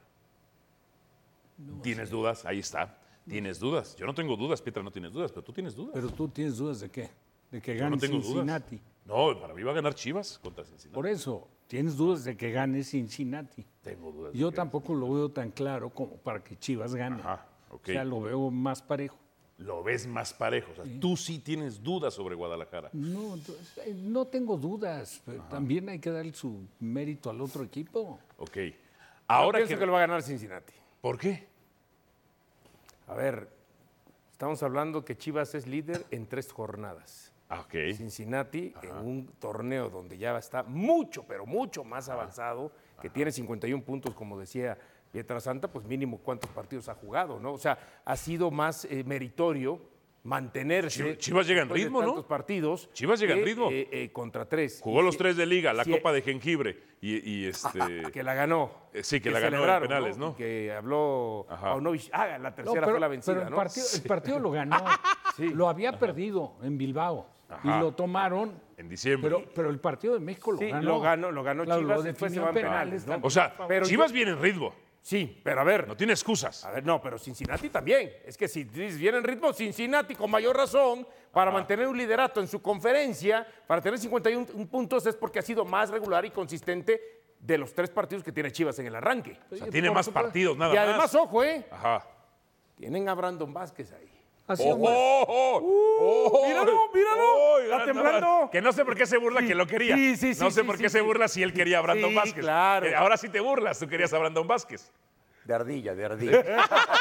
Speaker 2: ¿Tienes dudas? Ahí está. ¿Tienes dudas? Yo no tengo dudas, Pietra, no tienes dudas, pero tú tienes dudas.
Speaker 5: Pero tú tienes dudas de qué? De que
Speaker 2: Yo
Speaker 5: gane
Speaker 2: no tengo
Speaker 5: Cincinnati.
Speaker 2: dudas. No, para mí va a ganar Chivas contra Cincinnati.
Speaker 5: Por eso, tienes dudas de que gane Cincinnati.
Speaker 2: Tengo dudas. de
Speaker 5: Yo
Speaker 2: que-
Speaker 5: tampoco lo veo tan claro como para que Chivas gane.
Speaker 2: Ajá, ok.
Speaker 5: O sea, lo veo más parejo.
Speaker 2: Lo ves más parejo. O sea, tú sí tienes dudas sobre Guadalajara.
Speaker 3: Mm.
Speaker 5: No, eh, no tengo dudas. pero También hay que darle su mérito al otro equipo.
Speaker 2: Ok.
Speaker 3: ahora
Speaker 2: Ahora
Speaker 3: pienso
Speaker 2: que...
Speaker 3: que lo va a ganar Cincinnati.
Speaker 2: ¿Por qué?
Speaker 3: A ver, estamos hablando que Chivas es líder en tres jornadas.
Speaker 2: Ah, ok.
Speaker 3: Cincinnati en un torneo donde ya está mucho, pero mucho más avanzado, que tiene 51 puntos, como decía Pietra Santa, pues mínimo cuántos partidos ha jugado, ¿no? O sea, ha sido más eh, meritorio, mantenerse.
Speaker 2: Chivas- Chivas llega en
Speaker 3: después de
Speaker 2: ritmo, ¿no?
Speaker 3: tantos partidos.
Speaker 2: Chivas llega en
Speaker 3: eh,
Speaker 2: ritmo.
Speaker 3: eh, eh, contra tres.
Speaker 2: Jugó los tres de liga, la
Speaker 3: sí, Ah,
Speaker 2: Copa de Jengibre y, y este.
Speaker 3: Que la ganó.
Speaker 2: Eh, sí, que la ganó en
Speaker 3: celebraron,
Speaker 2: penales, ¿no?
Speaker 3: Y Que habló
Speaker 2: Ajá.
Speaker 3: Paunovic. Ah, la
Speaker 5: No,
Speaker 3: tercera fue la vencida,
Speaker 5: pero el
Speaker 3: ¿no?
Speaker 5: partido, el partido lo ganó.
Speaker 3: Sí.
Speaker 5: Lo había perdido en Bilbao.
Speaker 2: Ajá.
Speaker 5: Y lo tomaron.
Speaker 2: En diciembre.
Speaker 5: Pero, pero el partido de México lo
Speaker 3: Sí,
Speaker 5: ganó.
Speaker 3: lo ganó- lo ganó Chivas,
Speaker 5: lo
Speaker 3: después se
Speaker 5: definió
Speaker 3: va
Speaker 5: en
Speaker 3: en penales,
Speaker 5: penales.
Speaker 3: ¿no?
Speaker 5: también.
Speaker 2: o sea,
Speaker 3: pero Ah,
Speaker 2: Chivas viene en ritmo.
Speaker 3: Sí, pero a ver.
Speaker 2: No tiene excusas.
Speaker 3: A ver, no, pero Cincinnati también. Es que si viene en ritmo, Cincinnati con mayor razón para mantener un liderato en su conferencia, para tener 51 puntos, es porque ha sido más regular y consistente de los tres partidos que tiene Chivas en el arranque.
Speaker 2: O sea, tiene más partidos, nada
Speaker 3: y
Speaker 2: más. Ah.
Speaker 3: además, ojo, ¿eh?
Speaker 2: Ajá.
Speaker 3: Tienen a Brandon Vázquez ahí.
Speaker 5: Ha sido
Speaker 2: ¡Oh,
Speaker 5: más-
Speaker 2: oh, oh! ¡Oh!
Speaker 3: Uh, míralo, míralo,
Speaker 2: ¡Ay,
Speaker 3: está
Speaker 2: Brandon
Speaker 3: temblando!
Speaker 2: Vázquez! Que no sé por qué se burla que lo quería.
Speaker 3: sí, sí, sí,
Speaker 2: No sé
Speaker 3: sí,
Speaker 2: por
Speaker 3: sí,
Speaker 2: qué se
Speaker 3: sí.
Speaker 2: burla si él quería a Brandon
Speaker 3: Sí,
Speaker 2: Vázquez.
Speaker 3: claro.
Speaker 2: Eh, Ahora sí te burlas, tú querías a Brandon Vázquez.
Speaker 4: De ardilla, de ardilla.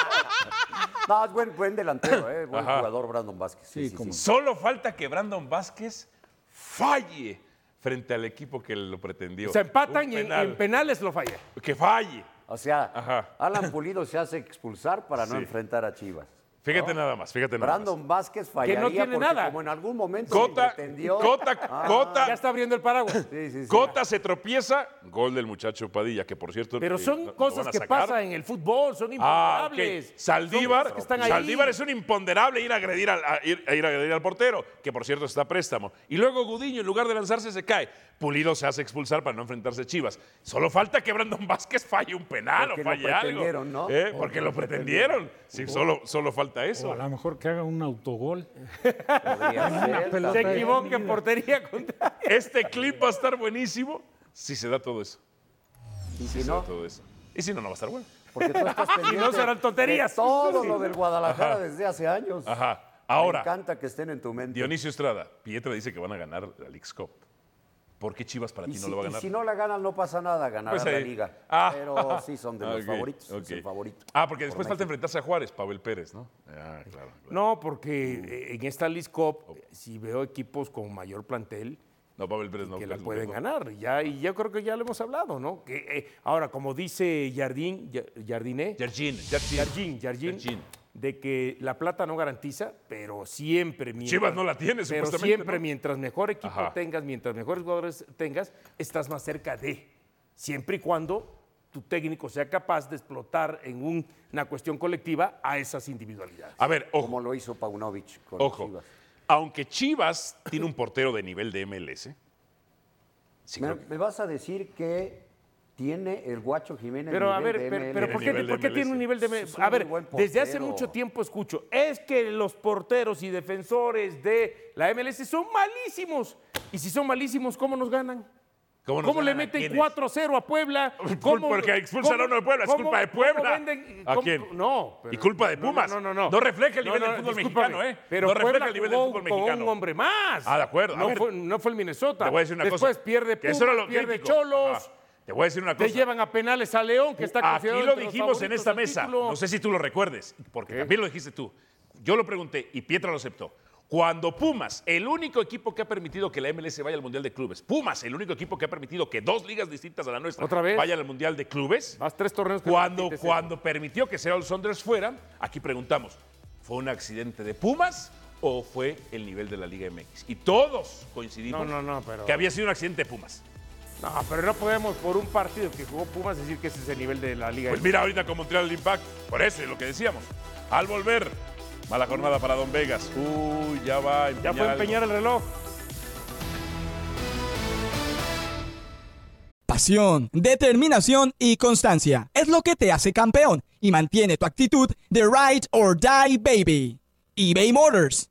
Speaker 4: no, es buen, buen delantero, ¿eh? buen
Speaker 2: Ajá.
Speaker 4: jugador Brandon Vázquez. Sí,
Speaker 5: Sí,
Speaker 4: sí,
Speaker 5: cómo
Speaker 4: sí.
Speaker 2: Solo falta que Brandon Vázquez falle frente al equipo que lo pretendió.
Speaker 3: Se empatan
Speaker 2: Un
Speaker 3: y en,
Speaker 2: penal.
Speaker 3: en penales lo falla.
Speaker 2: Que falle.
Speaker 4: O sea,
Speaker 2: Ajá.
Speaker 4: Alan Pulido se hace expulsar para no
Speaker 2: Sí. pues.
Speaker 4: enfrentar a Chivas.
Speaker 2: Fíjate nada más, fíjate nada más.
Speaker 4: Brandon Vázquez fallaría
Speaker 3: tiene
Speaker 4: porque
Speaker 3: nada.
Speaker 4: como en algún momento se
Speaker 2: Cota,
Speaker 4: pretendió...
Speaker 2: Cota,
Speaker 4: Ah,
Speaker 3: Ya
Speaker 2: Cota,
Speaker 3: está abriendo el paraguas.
Speaker 4: sí, sí, sí.
Speaker 2: Cota se tropieza. Gol del muchacho Padilla, que por cierto.
Speaker 3: Pero
Speaker 2: eh, lo-
Speaker 3: son
Speaker 2: lo
Speaker 3: cosas
Speaker 2: van a
Speaker 3: que
Speaker 2: sacar.
Speaker 3: pasan en el fútbol, son
Speaker 2: Ah, ok.
Speaker 3: imparables.
Speaker 2: Saldívar, Saldívar
Speaker 3: ahí.
Speaker 2: es un imponderable ir a agredir al, a ir, a ir a agredir al portero, que por cierto está a préstamo. Y luego Gudiño, en lugar de lanzarse, se cae. Pulido se hace expulsar para no enfrentarse a Chivas. Solo falta que Brandon Vázquez falle un penal
Speaker 4: Porque
Speaker 2: o
Speaker 4: lo
Speaker 2: falle algo.
Speaker 4: pretendieron, ¿no?
Speaker 2: ¿Eh? Porque, lo pretendieron. Sí, solo, solo falta eso.
Speaker 5: O a lo mejor que haga un autogol.
Speaker 4: podría ser
Speaker 5: pelota.
Speaker 3: Se
Speaker 4: también.
Speaker 3: equivoca en portería contra.
Speaker 2: Este clip va a estar buenísimo si se da todo eso.
Speaker 4: Y
Speaker 2: Si
Speaker 4: si
Speaker 2: se
Speaker 4: no,
Speaker 2: da todo eso. Y si no, no va a estar bueno.
Speaker 4: porque tú estás pendiente
Speaker 3: serán tonterías.
Speaker 4: de todo
Speaker 3: Sí.
Speaker 4: lo del Guadalajara desde hace años.
Speaker 2: Ajá.
Speaker 4: Me
Speaker 2: Ahora.
Speaker 4: encanta que estén en tu mente.
Speaker 2: Dionisio Estrada, Pietra dice que van a ganar la League's Cup. ¿Por qué Chivas para
Speaker 4: Y
Speaker 2: ti no
Speaker 4: si,
Speaker 2: lo va a
Speaker 4: y
Speaker 2: ganar?
Speaker 4: si no la ganan, no pasa nada, ganará
Speaker 2: Pues
Speaker 4: la
Speaker 2: ahí.
Speaker 4: liga.
Speaker 2: Ah.
Speaker 4: Pero sí son de los
Speaker 2: Ok,
Speaker 4: favoritos.
Speaker 2: ok.
Speaker 4: Es el favorito.
Speaker 2: Ah, porque después
Speaker 4: Por
Speaker 2: falta
Speaker 4: México.
Speaker 2: enfrentarse a Juárez, Pavel Pérez, ¿no? Ah, claro. claro.
Speaker 3: No, porque eh, en esta League Cup, eh, si veo equipos con mayor plantel
Speaker 2: No, Pavel Pérez no.
Speaker 3: que la
Speaker 2: Pérez,
Speaker 3: pueden
Speaker 2: no.
Speaker 3: ganar. Ya, y yo creo que ya lo hemos hablado, ¿no? Que, eh, ahora, como dice Jardín, Ya- Jardiné,
Speaker 2: Yarjin, Yarjin.
Speaker 3: Jardín, Jardín,
Speaker 2: Jardín.
Speaker 3: de que la plata no garantiza, pero siempre mientras,
Speaker 2: Chivas no la tiene,
Speaker 3: pero
Speaker 2: supuestamente,
Speaker 3: siempre
Speaker 2: ¿no?
Speaker 3: mientras mejor equipo
Speaker 2: Ajá.
Speaker 3: tengas, mientras mejores jugadores tengas, estás más cerca de. Siempre y cuando tu técnico sea capaz de explotar en un- una cuestión colectiva a esas individualidades.
Speaker 2: A ver,
Speaker 4: Como
Speaker 2: ojo,
Speaker 4: lo hizo Paunovic con
Speaker 2: ojo.
Speaker 4: Chivas.
Speaker 2: Aunque Chivas tiene un portero de nivel de MLS, sí
Speaker 4: Me,
Speaker 2: creo que-
Speaker 4: me vas a decir que tiene el guacho Jiménez.
Speaker 3: Pero a
Speaker 4: nivel
Speaker 3: ver,
Speaker 4: de
Speaker 3: pero, pero
Speaker 4: MLS?
Speaker 3: ¿por qué,
Speaker 2: nivel de
Speaker 3: por qué tiene
Speaker 2: MLS?
Speaker 3: un nivel de... M-
Speaker 4: Es un
Speaker 3: A ver,
Speaker 4: buen
Speaker 3: desde hace
Speaker 4: portero.
Speaker 3: mucho tiempo escucho, es que los porteros y defensores de la MLS son malísimos. Y si son malísimos, ¿cómo nos ganan?
Speaker 2: ¿Cómo
Speaker 3: ¿Cómo,
Speaker 2: nos
Speaker 3: le
Speaker 2: ganan?
Speaker 3: meten
Speaker 2: ¿Quiénes? Pues
Speaker 3: 4-0 a Puebla? ¿Cómo-
Speaker 2: Porque expulsan
Speaker 3: cómo-
Speaker 2: a uno de Puebla, es
Speaker 3: cómo-
Speaker 2: culpa de
Speaker 3: cómo
Speaker 2: Puebla.
Speaker 3: venden-
Speaker 2: ¿A
Speaker 3: cómo-
Speaker 2: quién?
Speaker 3: No. pero-
Speaker 2: Y culpa de
Speaker 3: no, no,
Speaker 2: Pumas.
Speaker 3: No, no, no.
Speaker 2: No refleja el nivel del fútbol
Speaker 3: discúlpame,
Speaker 2: mexicano, ¿eh?
Speaker 3: Pero
Speaker 2: No refleja
Speaker 3: Puebla
Speaker 2: el nivel del
Speaker 3: jugó
Speaker 2: fútbol
Speaker 3: con
Speaker 2: mexicano.
Speaker 3: un hombre más.
Speaker 2: Ah, de acuerdo, a
Speaker 3: No
Speaker 2: ver.
Speaker 3: fue, no fue el Minnesota.
Speaker 2: Te voy a decir una
Speaker 3: Después
Speaker 2: cosa.
Speaker 3: pierde
Speaker 2: Que Ah. eso era
Speaker 3: Pumas,
Speaker 2: lo
Speaker 3: pierde
Speaker 2: crítico.
Speaker 3: Cholos.
Speaker 2: Ajá. Te voy a decir una
Speaker 3: Te
Speaker 2: cosa.
Speaker 3: llevan a penales a León, que está
Speaker 2: Aquí
Speaker 3: considerado
Speaker 2: lo
Speaker 3: entre los
Speaker 2: dijimos en
Speaker 3: favoritos
Speaker 2: esta
Speaker 3: al
Speaker 2: mesa.
Speaker 3: título.
Speaker 2: No sé si tú lo recuerdes, porque también lo dijiste tú. Yo lo pregunté y Pietra lo aceptó. Cuando Pumas, el único equipo que ha permitido que la MLS vaya al Mundial de Clubes, Pumas, el único equipo que ha permitido que dos ligas distintas a la nuestra
Speaker 3: ¿Otra vez?
Speaker 2: vayan al Mundial de Clubes,
Speaker 3: Vas tres torneos que
Speaker 2: cuando,
Speaker 3: repites eh. eso.
Speaker 2: cuando permitió que Seattle Saunders fuera, aquí preguntamos, ¿fue un accidente de Pumas o fue el nivel de la Liga MX? Y todos coincidimos
Speaker 3: No, no, no, pero-
Speaker 2: que había sido un accidente de Pumas.
Speaker 3: No, pero no podemos por un partido que jugó Pumas decir que ese es el nivel de la liga.
Speaker 2: Pues mira ahorita con Montreal el Impact. Por eso es lo que decíamos. Al volver, mala jornada para Don Vegas. Uy, ya va a
Speaker 3: ya
Speaker 2: empeñar
Speaker 3: fue
Speaker 2: algo.
Speaker 3: empeñar el reloj.
Speaker 8: Pasión, determinación y constancia es lo que te hace campeón y mantiene tu actitud de ride or die baby. eBay Motors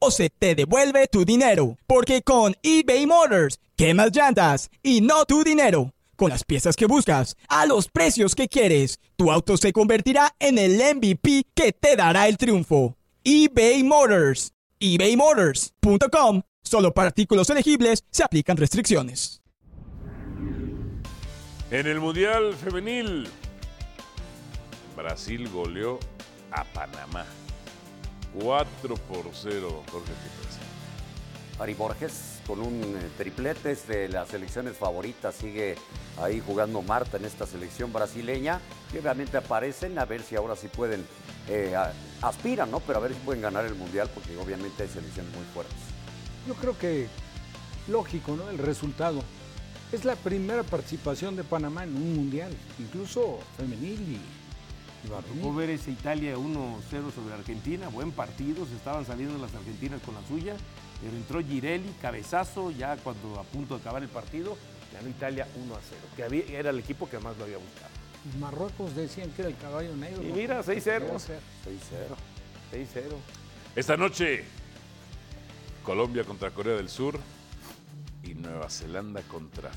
Speaker 8: o se te devuelve tu dinero. Porque con eBay Motors, quemas llantas y no tu dinero. Con las piezas que buscas, a los precios que quieres, tu auto se convertirá en el MVP que te dará el triunfo. eBay Motors. ebaymotors.com. Solo para artículos elegibles se aplican restricciones.
Speaker 2: En el Mundial Femenil, Brasil goleó a Panamá. 4 por 0, don Jorge Quiles.
Speaker 4: Ari Borges con un eh, triplete es de las selecciones favoritas. Sigue ahí jugando Marta en esta selección brasileña. Que obviamente aparecen a ver si ahora sí pueden. eh, a- aspiran, ¿no? Pero a ver si pueden ganar el mundial porque obviamente hay selecciones muy fuertes.
Speaker 5: Yo creo que lógico, ¿no? El resultado. Es la primera participación de Panamá en un mundial, incluso femenil y, y
Speaker 3: Tocó
Speaker 5: varonil.
Speaker 3: ver ese e Italia 1-0 sobre Argentina, buen partido, se estaban saliendo las argentinas con la suya, pero entró Girelli, cabezazo, ya cuando a punto de acabar el partido, ganó Italia 1-0, que había- era el equipo que más lo había buscado.
Speaker 5: Marruecos decían que era el caballo negro.
Speaker 3: Y mira, 6-0.
Speaker 5: Debe ser.
Speaker 4: 6-0.
Speaker 3: 6-0.
Speaker 2: Esta noche, Colombia contra Corea del Sur y Nueva Zelanda contra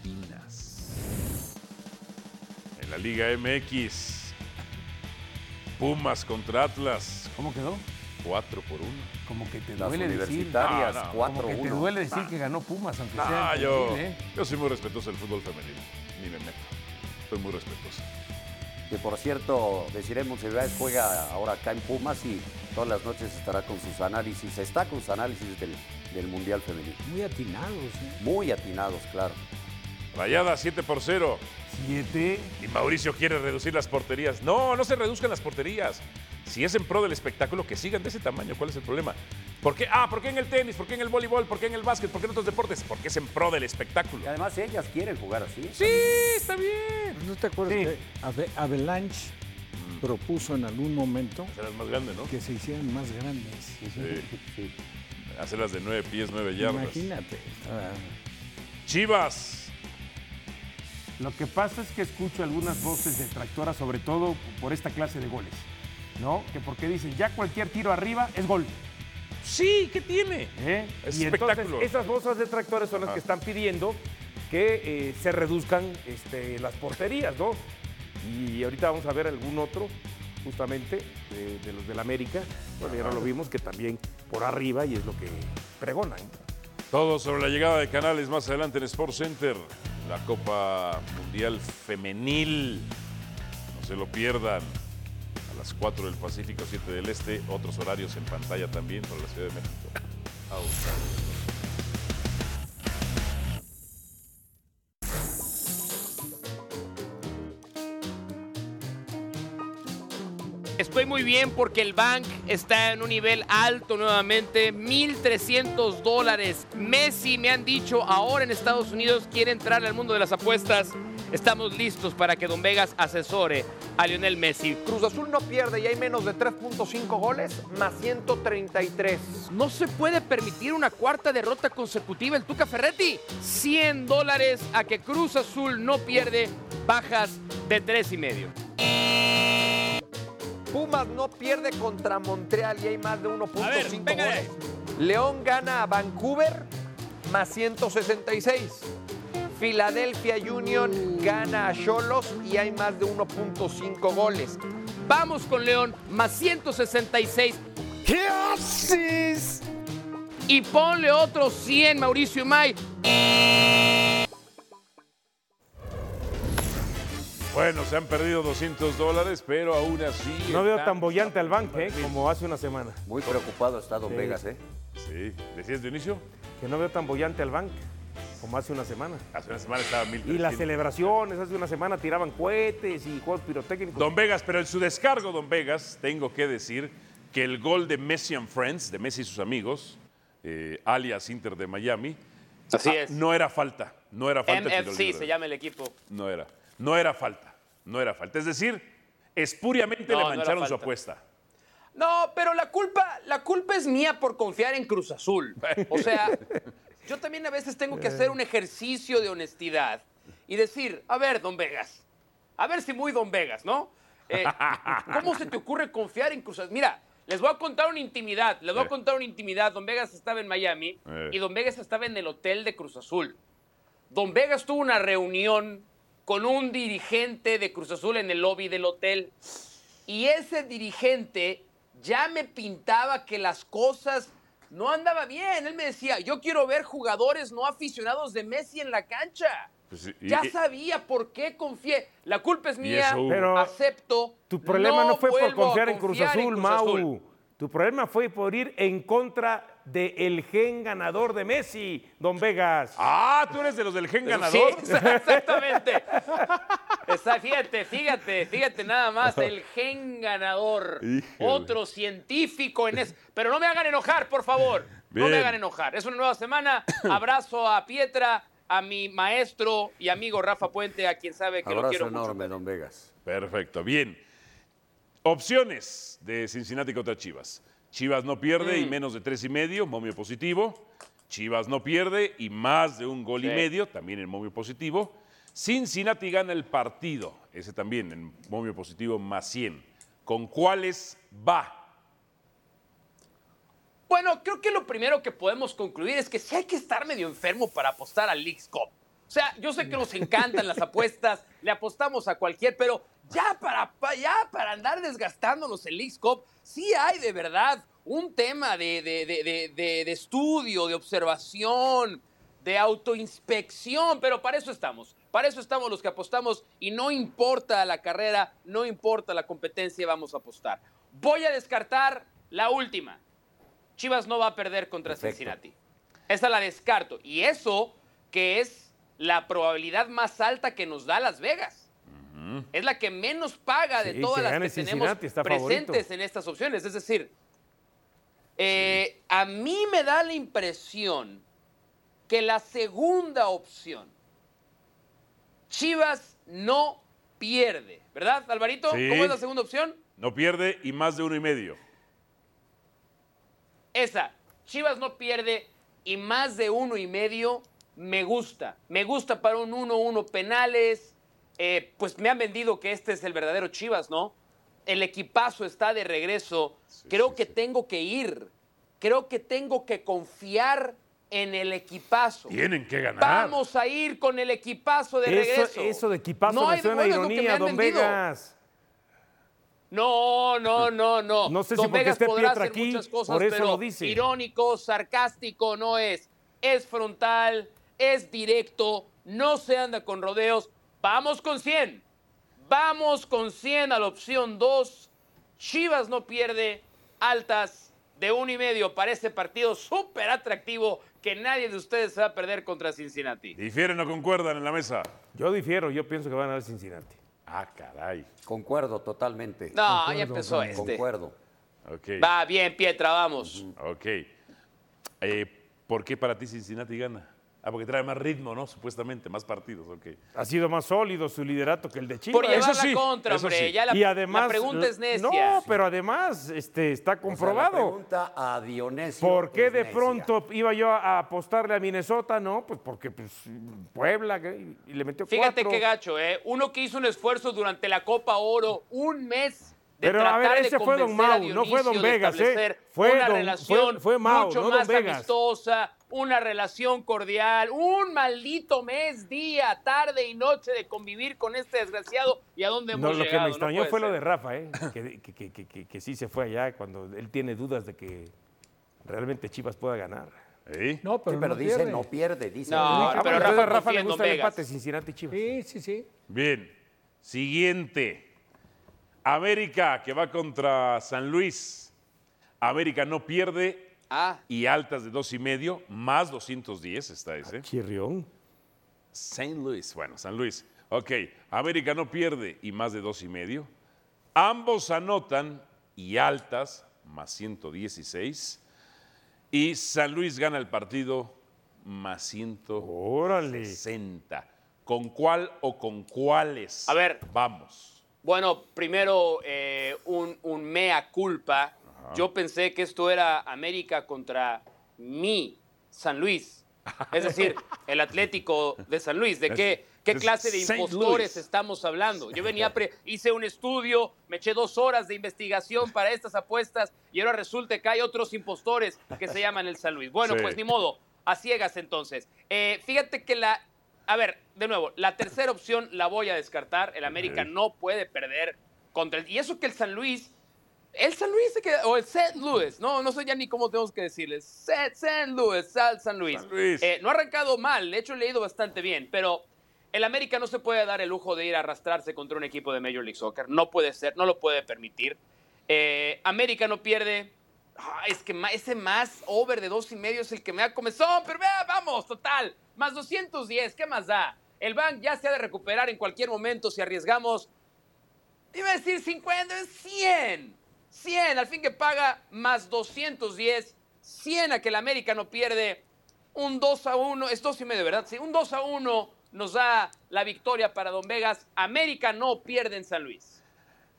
Speaker 2: Filipinas. En la Liga MX, Pumas contra Atlas,
Speaker 3: ¿Cómo quedó?
Speaker 2: 4 por 1.
Speaker 3: Como que te
Speaker 4: Las
Speaker 3: duele decir,
Speaker 4: universitarias,
Speaker 2: no, no, como
Speaker 3: como que te
Speaker 4: 4-1.
Speaker 3: duele decir que ganó Pumas, aunque sea
Speaker 2: Ah,
Speaker 3: en
Speaker 2: yo,
Speaker 3: Brasil, ¿eh?
Speaker 2: yo soy muy respetuoso del fútbol femenino. Ni me meto. Soy muy respetuoso.
Speaker 4: Que por cierto, deciremos que juega ahora acá en Pumas y todas las noches estará con sus análisis, está con sus análisis del, del Mundial Femenino.
Speaker 5: Muy atinados, ¿eh?
Speaker 4: Muy atinados, claro.
Speaker 2: Rayada 7 por 0.
Speaker 3: Siete.
Speaker 2: Y Mauricio quiere reducir las porterías. No, no se reduzcan las porterías. Si es en pro del espectáculo, que sigan de ese tamaño. ¿Cuál es el problema? ¿Por qué? Ah, ¿por qué en el tenis? ¿Por qué en el voleibol? ¿Por qué en el básquet? ¿Por qué en otros deportes? Porque es en pro del espectáculo.
Speaker 4: Y además ellas quieren jugar así.
Speaker 2: Sí, está bien.
Speaker 5: Pues ¿No te acuerdas
Speaker 3: Sí.
Speaker 5: que Eh, Ave- Avalanche
Speaker 3: Mm.
Speaker 5: propuso en algún momento
Speaker 2: Hacerlas más grandes, ¿no?
Speaker 5: que se hicieran más grandes?
Speaker 2: Sí. Hacerlas de 9 pies, 9 yardas.
Speaker 5: Imagínate. Ah,
Speaker 2: Chivas.
Speaker 3: Lo que pasa es que escucho algunas voces detractoras, sobre todo por esta clase de goles, ¿no? Que porque dicen, ya cualquier tiro arriba es gol.
Speaker 2: Sí, ¿qué tiene?
Speaker 3: ¿eh?
Speaker 2: Es
Speaker 3: y entonces
Speaker 2: espectáculo. Ah.
Speaker 3: esas voces detractoras son las que están pidiendo que eh, se reduzcan este, las porterías, ¿no? Y ahorita vamos a ver algún otro, justamente, de, de los del América. Bueno, ya no lo vimos, que también por arriba y es lo que pregonan.
Speaker 2: Todo sobre la llegada de canales más adelante en Sports Center, la Copa Mundial Femenil. No se lo pierdan. A las 4 del Pacífico, 7 del Este, otros horarios en pantalla también para la Ciudad de México. A buscar.
Speaker 9: Estoy muy bien porque el bank está en un nivel alto nuevamente, 1.300 dólares. Messi, me han dicho, ahora en Estados Unidos quiere entrar al mundo de las apuestas. Estamos listos para que Don Vegas asesore a Lionel Messi.
Speaker 10: Cruz Azul no pierde y hay menos de 3.5 goles más 133.
Speaker 9: No se puede permitir una cuarta derrota consecutiva el Tuca Ferretti. 100 dólares a que Cruz Azul no pierde bajas de tres y medio.
Speaker 10: Pumas no pierde contra Montreal y hay más de
Speaker 9: A ver,
Speaker 10: 1.5
Speaker 9: venga de
Speaker 10: goles. León gana a Vancouver más 166. Philadelphia Union gana a Cholos y hay más de 1.5 goles.
Speaker 9: Vamos con León, más 166.
Speaker 10: ¿Qué haces?
Speaker 9: Y ponle otros 100, Mauricio May.
Speaker 2: Bueno, se han perdido 200 dólares, pero aún así.
Speaker 3: No veo
Speaker 2: están-
Speaker 3: tan bollante al banco, ¿eh? Como hace una semana.
Speaker 4: Muy preocupado está Don
Speaker 3: Sí.
Speaker 4: Vegas, ¿eh?
Speaker 2: Sí, decías de inicio.
Speaker 3: Que no veo tan bollante al banco, como hace una semana.
Speaker 2: Hace una semana estaba mil.
Speaker 3: Y las celebraciones, hace una semana tiraban cohetes y juegos pirotécnicos.
Speaker 2: Don Vegas, pero en su descargo, Don Vegas, tengo que decir que el gol de Messi and Friends, de Messi y sus amigos, eh, alias Inter de Miami,
Speaker 9: Así
Speaker 2: ah, no era falta. No era falta. el tiro
Speaker 9: MFC
Speaker 2: libre.
Speaker 9: se llama el equipo.
Speaker 2: No era. No era falta. No era falta. Es decir, espuriamente le
Speaker 9: No, no era
Speaker 2: mancharon su
Speaker 9: falta.
Speaker 2: apuesta.
Speaker 9: No, pero la culpa, la culpa es mía por confiar en Cruz Azul. O sea, yo también a veces tengo que hacer un ejercicio de honestidad y decir, a ver, don Vegas, a ver si muy don Vegas, ¿no? Eh, ¿Cómo se te ocurre confiar en Cruz Azul? Mira, les voy a contar una intimidad, les voy a
Speaker 2: Eh.
Speaker 9: contar una intimidad. Don Vegas estaba en Miami
Speaker 2: Eh.
Speaker 9: y don Vegas estaba en el hotel de Cruz Azul. Don Vegas tuvo una reunión con un dirigente de Cruz Azul en el lobby del hotel y ese dirigente ya me pintaba que las cosas no andaba bien. Él me decía, yo quiero ver jugadores no aficionados de Messi en la cancha.
Speaker 2: Pues, y-
Speaker 9: Ya
Speaker 2: y-
Speaker 9: sabía por qué confié. La culpa es
Speaker 2: Y
Speaker 9: mía,
Speaker 2: eso hubo.
Speaker 3: Pero
Speaker 9: acepto.
Speaker 3: Tu problema no, fue por
Speaker 9: vuelvo a
Speaker 3: confiar en Cruz Azul, Mau.
Speaker 9: Azul.
Speaker 3: Tu problema fue por ir en contra del gen ganador de Messi, Don Vegas.
Speaker 2: Ah, tú eres de los del gen ganador.
Speaker 9: Sí, exactamente. Está- fíjate, fíjate, fíjate nada más, el gen ganador.
Speaker 2: Híjole.
Speaker 9: Otro científico en eso. Pero no me hagan enojar, por favor. No me
Speaker 2: Bien.
Speaker 9: hagan enojar. Es una nueva semana. Abrazo a Pietra, a mi maestro y amigo Rafa Puente, a quien sabe que lo
Speaker 4: Abrazo
Speaker 9: quiero mucho.
Speaker 4: enorme, don Vegas.
Speaker 2: Perfecto, bien. Opciones de Cincinnati contra Chivas. Chivas no pierde
Speaker 9: Mm.
Speaker 2: y menos de tres y medio, momio positivo. Chivas no pierde y más de un gol y
Speaker 9: Sí.
Speaker 2: medio, también en momio positivo. Cincinnati gana el partido, ese también en momio positivo más 100. ¿Con cuáles va?
Speaker 9: Bueno, creo que lo primero que podemos concluir es que sí hay que estar medio enfermo para apostar al League's Cup. O sea, yo sé que nos encantan las apuestas, le apostamos a cualquier, pero ya para, pa- ya para andar desgastándonos el League's Cup, sí hay de verdad un tema de, de- de- de- de- de estudio, de observación, de autoinspección, pero para eso estamos. Para eso estamos los que apostamos y no importa la carrera, no importa la competencia, vamos a apostar. Voy a descartar la última. Chivas no va a perder contra Cincinnati. Esa la descarto. Y eso que es la probabilidad más alta que nos da Las Vegas. Es la que menos paga de
Speaker 3: Sí,
Speaker 9: todas
Speaker 3: que
Speaker 9: las
Speaker 3: gane
Speaker 9: que tenemos
Speaker 3: Cincinnati, está
Speaker 9: presentes
Speaker 3: favorito.
Speaker 9: en estas opciones. Es decir, eh, a mí me da la impresión que la segunda opción, Chivas no pierde. ¿Verdad, Alvarito?
Speaker 2: Sí.
Speaker 9: ¿Cómo es la segunda opción?
Speaker 2: No pierde y más de uno y medio.
Speaker 9: Esa, Chivas no pierde y más de uno y medio me gusta. Me gusta para un 1-1 penales. Eh, pues me han vendido que este es el verdadero Chivas, ¿no? El equipazo está de regreso. Creo que tengo que ir. Creo que tengo que confiar en el equipazo.
Speaker 2: Tienen que ganar.
Speaker 9: Vamos a ir con el equipazo
Speaker 3: Eso,
Speaker 9: de regreso.
Speaker 3: eso de equipazo
Speaker 9: No
Speaker 3: me
Speaker 9: hay
Speaker 3: suena a
Speaker 9: demonios lo que me
Speaker 3: ironía,
Speaker 9: han
Speaker 3: Don
Speaker 9: vendido.
Speaker 3: Vegas.
Speaker 9: No, no, no, no.
Speaker 3: No sé si
Speaker 9: Don
Speaker 3: porque
Speaker 9: Vegas
Speaker 3: esté
Speaker 9: podrá
Speaker 3: Pietra
Speaker 9: hacer
Speaker 3: aquí,
Speaker 9: muchas cosas,
Speaker 3: por eso
Speaker 9: pero
Speaker 3: lo dice.
Speaker 9: irónico, sarcástico no es. Es frontal, es directo, no se anda con rodeos. Vamos con 100. Vamos con 100 a la opción 2. Chivas no pierde altas de un y medio para este partido súper atractivo que nadie de ustedes se va a perder contra Cincinnati.
Speaker 2: Difieren o concuerdan en la mesa.
Speaker 3: Yo difiero, yo pienso que van a dar Cincinnati.
Speaker 2: Ah, caray.
Speaker 4: Concuerdo totalmente.
Speaker 9: No, ya empezó este.
Speaker 4: Concuerdo.
Speaker 2: Ok.
Speaker 9: Va bien, Pietra, vamos.
Speaker 2: Ok. Eh, ¿Por qué para ti Cincinnati gana? Ah, porque trae más ritmo, ¿no? Supuestamente, más partidos, ok.
Speaker 3: Ha sido más sólido su liderato que el de Chivas.
Speaker 9: Por llevar
Speaker 2: eso sí,
Speaker 9: la contra,
Speaker 2: eso
Speaker 9: hombre.
Speaker 2: sí.
Speaker 9: Ya la,
Speaker 3: y además,
Speaker 9: la pregunta es necia.
Speaker 3: No, pero además este, está
Speaker 4: O sea, la
Speaker 3: comprobado.
Speaker 4: pregunta a Dionisio.
Speaker 3: ¿Por qué
Speaker 4: es
Speaker 3: de
Speaker 4: necia.
Speaker 3: pronto iba yo a apostarle a Minnesota? No, pues porque pues, Puebla que- y le metió
Speaker 9: Fíjate
Speaker 3: cuatro.
Speaker 9: qué gacho, ¿eh? Uno que hizo un esfuerzo durante la Copa Oro, un mes de
Speaker 3: Pero a
Speaker 9: tratar
Speaker 3: ver,
Speaker 9: de
Speaker 3: ese fue Don
Speaker 9: convencer a
Speaker 3: Mau, no fue Don
Speaker 9: Dionisio de
Speaker 3: Vegas, ¿eh?
Speaker 9: establecer
Speaker 3: Fue
Speaker 9: una
Speaker 3: Don-
Speaker 9: relación
Speaker 3: fue- fue Mau,
Speaker 9: mucho
Speaker 3: no Don
Speaker 9: más
Speaker 3: Vegas.
Speaker 9: amistosa, una relación cordial, un maldito mes, día, tarde y noche de convivir con este desgraciado y a dónde hemos
Speaker 3: No, lo que
Speaker 9: llegado,
Speaker 3: me
Speaker 9: no
Speaker 3: extrañó
Speaker 9: puede
Speaker 3: fue lo
Speaker 9: ser.
Speaker 3: de Rafa, ¿eh? que, que- que- que- que- que sí se fue allá cuando él tiene dudas de que realmente Chivas pueda ganar.
Speaker 2: ¿Eh?
Speaker 5: No,
Speaker 4: Sí,
Speaker 5: pero, no
Speaker 4: pero dice
Speaker 5: pierde.
Speaker 4: no pierde, dice.
Speaker 9: No,
Speaker 3: Ah,
Speaker 9: pero
Speaker 3: entonces
Speaker 9: Rafa
Speaker 3: a Rafa
Speaker 9: confía
Speaker 3: le
Speaker 9: en
Speaker 3: gusta
Speaker 9: Don
Speaker 3: el
Speaker 9: Vegas.
Speaker 3: empate Cincinnati y Chivas. ¿eh?
Speaker 5: Sí, sí, sí.
Speaker 2: Bien. Siguiente. América, que va contra San Luis. América no pierde
Speaker 9: Ah,
Speaker 2: y altas de dos y medio, más 210 está
Speaker 9: Ah,
Speaker 2: ese.
Speaker 3: Chirrión.
Speaker 2: San Luis, bueno, San Luis. Ok, América no pierde y más de dos y medio. Ambos anotan y altas, más 116. Y San Luis gana el partido, más 160.
Speaker 3: Órale.
Speaker 2: ¿Con cuál o con cuáles?
Speaker 9: A ver.
Speaker 2: Vamos.
Speaker 9: Bueno, primero eh, un, un mea culpa. Yo pensé que esto era América contra mi San Luis. Es decir, el Atlético de San Luis. ¿De qué, qué
Speaker 2: es
Speaker 9: clase de
Speaker 2: Saint
Speaker 9: impostores
Speaker 2: Louis.
Speaker 9: estamos hablando? Yo venía, pre- hice un estudio, me eché dos horas de investigación para estas apuestas y ahora resulta que hay otros impostores que se llaman el San Luis. Bueno,
Speaker 2: Sí.
Speaker 9: pues ni modo, a ciegas entonces. Eh, fíjate que la... A ver, de nuevo, la tercera opción la voy a descartar. El América no puede perder contra el... Y eso que el San Luis El San Luis se queda, o el St. Louis, no, no sé ya ni cómo tenemos que decirles. St. St. Louis, al San Luis.
Speaker 2: San Luis.
Speaker 9: Eh, no ha arrancado mal, de hecho le he ido bastante bien, pero el América no se puede dar el lujo de ir a arrastrarse contra un equipo de Major League Soccer. No puede ser, no lo puede permitir. Eh, América no pierde. Ah, es que ma- ese más over de dos y medio es el que me da comezón, pero vea, vamos, total. Más 210, ¿qué más da? El Bank ya se ha de recuperar en cualquier momento si arriesgamos Iba a decir 50, es 100. 100, al fin que paga más 210. 100 a que el América no pierde. Un 2 a 1, es 2 y medio, ¿verdad? Sí, un 2 a 1 nos da la victoria para Don Vegas. América no pierde en San Luis.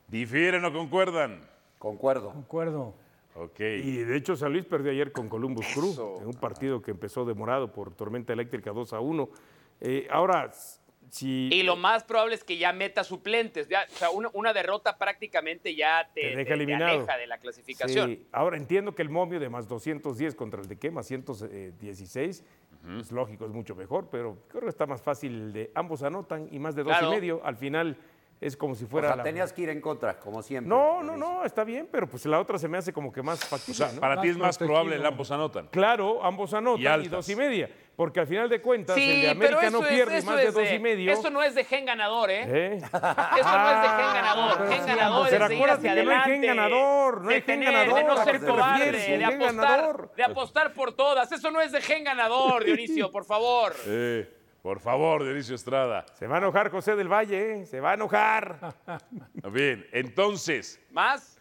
Speaker 2: ¿Difieren o concuerdan?
Speaker 4: Concuerdo.
Speaker 5: acuerdo.
Speaker 2: Ok.
Speaker 3: Y de hecho San Luis perdió ayer con Columbus Crew, en un partido que empezó demorado por tormenta eléctrica 2 a 1. Eh, ahora, s- si
Speaker 9: Y lo más probable es que ya meta suplentes. ya, o sea, una, una derrota prácticamente ya te,
Speaker 3: Te deja
Speaker 9: te- te
Speaker 3: eliminado.
Speaker 9: aleja de la clasificación.
Speaker 3: Sí, Ahora entiendo que el momio de más 210 contra el de qué, más 116, es lógico, es mucho mejor, pero creo que está más fácil el de ambos anotan y más de dos
Speaker 9: Claro.
Speaker 3: y medio. Al final es como si
Speaker 4: O
Speaker 3: fuera.
Speaker 4: sea,
Speaker 3: la-
Speaker 4: tenías que ir en contra, como siempre.
Speaker 3: No, no, no, está bien, pero pues la otra se me hace como que más
Speaker 2: O
Speaker 3: factible.
Speaker 2: sea,
Speaker 3: ¿no?
Speaker 2: para ti es más
Speaker 5: protegido.
Speaker 2: probable el ambos anotan.
Speaker 3: Claro, ambos
Speaker 2: Y
Speaker 3: anotan y,
Speaker 2: altas.
Speaker 3: dos y media, porque al final de cuentas el de
Speaker 9: Sí, pero
Speaker 3: América
Speaker 9: eso,
Speaker 3: no
Speaker 9: es,
Speaker 3: pierde
Speaker 9: eso
Speaker 3: más de
Speaker 9: es
Speaker 3: dos y medio.
Speaker 9: Eso no es de gen ganador, ¿eh?
Speaker 3: ¿Eh?
Speaker 9: Eso no es de gen ganador.
Speaker 3: Ah, pero
Speaker 9: gen
Speaker 3: sí,
Speaker 9: ganador
Speaker 3: pero
Speaker 9: es de ir
Speaker 3: acuérdate
Speaker 9: hacia
Speaker 3: que no hay
Speaker 9: adelante.
Speaker 3: gen ganador, no hay
Speaker 9: de
Speaker 3: gen
Speaker 9: tener,
Speaker 3: ganador,
Speaker 9: De no
Speaker 3: ¿a
Speaker 9: ser
Speaker 3: qué te refieres?
Speaker 9: cobarde, de
Speaker 3: Gen ganador.
Speaker 9: apostar, de apostar por todas. Eso no es de gen ganador, Dionisio, por favor.
Speaker 2: Eh, por favor, Dionisio Estrada.
Speaker 3: Se va a enojar José del Valle, ¿eh? se va a enojar.
Speaker 2: Bien, entonces,
Speaker 9: Más.